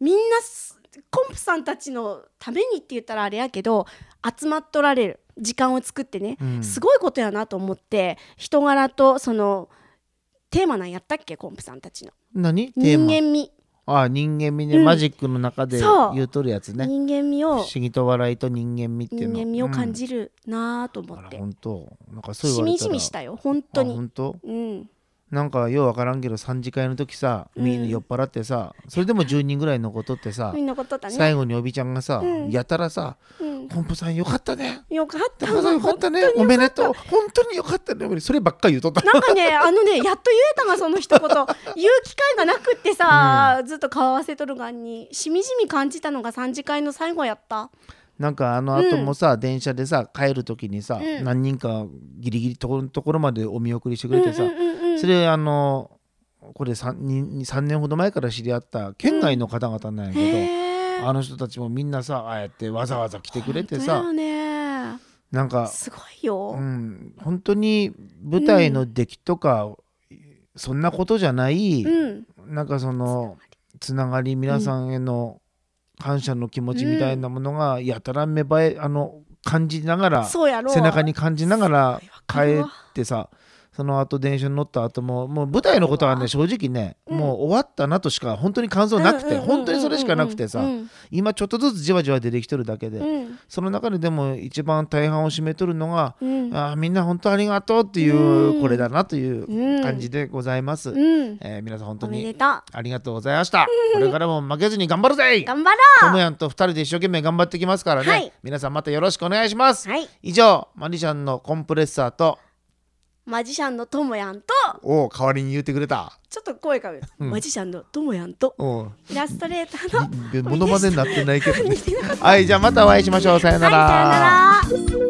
[SPEAKER 4] みんなすコンプさんたちのためにって言ったらあれやけど集まっとられる時間を作ってね、
[SPEAKER 3] うん
[SPEAKER 4] すごいことやなと思って人柄とそのテーマなんやったっけコンプさんたちの
[SPEAKER 3] 何テー
[SPEAKER 4] 人
[SPEAKER 3] マ
[SPEAKER 4] 間味、
[SPEAKER 3] あ人間味ね、
[SPEAKER 4] うん
[SPEAKER 3] マジックの中で
[SPEAKER 4] そう
[SPEAKER 3] 言うとるやつね。
[SPEAKER 4] 人間味
[SPEAKER 3] 不
[SPEAKER 4] を
[SPEAKER 3] 思議と笑いと人間味っていう
[SPEAKER 4] 人
[SPEAKER 3] の。
[SPEAKER 4] 間味を感じるなぁと思
[SPEAKER 3] うん。あ
[SPEAKER 4] っ
[SPEAKER 3] ら
[SPEAKER 4] て、
[SPEAKER 3] 本当なんかそう
[SPEAKER 4] し
[SPEAKER 3] 言われ
[SPEAKER 4] み
[SPEAKER 3] た
[SPEAKER 4] じ
[SPEAKER 3] ら
[SPEAKER 4] みしたよ本当
[SPEAKER 3] あ
[SPEAKER 4] に
[SPEAKER 3] 本当
[SPEAKER 4] うん
[SPEAKER 3] なんかようわからんけど三次会の時さみんな酔っ払ってさ、それでも10人ぐらい残っとってさ、
[SPEAKER 4] みんなことだね、
[SPEAKER 3] 最後におびちゃんがさ、
[SPEAKER 4] うん
[SPEAKER 3] やたらさ
[SPEAKER 4] うん
[SPEAKER 3] 「コンポさんよかったね」
[SPEAKER 4] よかっ
[SPEAKER 3] 「タ
[SPEAKER 4] た
[SPEAKER 3] コさんよかったね」「おめでとう」「本当によかったね」そればっかり言うとった
[SPEAKER 4] なんかね、あのね、やっと言えたが、その一言、言う機会がなくってさ、ずっと顔合わせとるがんに、しみじみ感じたのが三次会の最後やった。
[SPEAKER 3] なんかあの後もさ、電車でさ帰る時にさ、
[SPEAKER 4] うん
[SPEAKER 3] 何人かギリギリとこところまでお見送りしてくれてさ、
[SPEAKER 4] うんうんうんうん
[SPEAKER 3] それあのこれ 3, に3年ほど前から知り合った県外の方々なんやけど、
[SPEAKER 4] へー
[SPEAKER 3] あの人たちもみんなさああやってわざわざ来てくれて
[SPEAKER 4] 本
[SPEAKER 3] さ
[SPEAKER 4] 当だよね。
[SPEAKER 3] なんか
[SPEAKER 4] すごいよ。
[SPEAKER 3] うん、本当に舞台の出来とか、そんなことじゃない、
[SPEAKER 4] うん。
[SPEAKER 3] なんかそのつながり皆さんへの感謝の気持ちみたいなものがやたら芽生えあの感じながら
[SPEAKER 4] そうやろ。
[SPEAKER 3] 背中に感じながら
[SPEAKER 4] かるわ
[SPEAKER 3] 帰ってさその後電車に乗った後ももう舞台のことはね正直ね、
[SPEAKER 4] うん
[SPEAKER 3] もう終わったなとしか本当に感想なくて、
[SPEAKER 4] うんうんうんうん
[SPEAKER 3] 本当にそれしかなくてさ、
[SPEAKER 4] うん
[SPEAKER 3] 今ちょっとずつじわじわ出てきてるだけで、
[SPEAKER 4] うん
[SPEAKER 3] その中ででも一番大半を占めとるのが、
[SPEAKER 4] うん
[SPEAKER 3] あーみんな本当ありがとうっていうう、
[SPEAKER 4] ん
[SPEAKER 3] これだなという
[SPEAKER 4] うん
[SPEAKER 3] 感じでございます、
[SPEAKER 4] うん
[SPEAKER 3] えー皆さん本当
[SPEAKER 4] おめで
[SPEAKER 3] に
[SPEAKER 4] とう
[SPEAKER 3] ありがとうございましたこれからも負けずに頑張るぜ
[SPEAKER 4] 頑張ろ
[SPEAKER 3] ともやんと二人で一生懸命頑張ってきますからね、
[SPEAKER 4] はい
[SPEAKER 3] 皆さんまたよろしくお願いします、
[SPEAKER 4] うはい
[SPEAKER 3] 以上マリシャンのコンプレッサーと
[SPEAKER 4] マジシャンのともやんと
[SPEAKER 3] おう代わりに言ってくれた
[SPEAKER 4] ちょっと声かぶる、
[SPEAKER 3] うん
[SPEAKER 4] マジシャンのともやんと
[SPEAKER 3] おう
[SPEAKER 4] イラストレーターの
[SPEAKER 3] モノマネになってないけどね
[SPEAKER 4] 似てな
[SPEAKER 3] はいじゃあまたお会いしましょうさよ
[SPEAKER 4] はいさよなら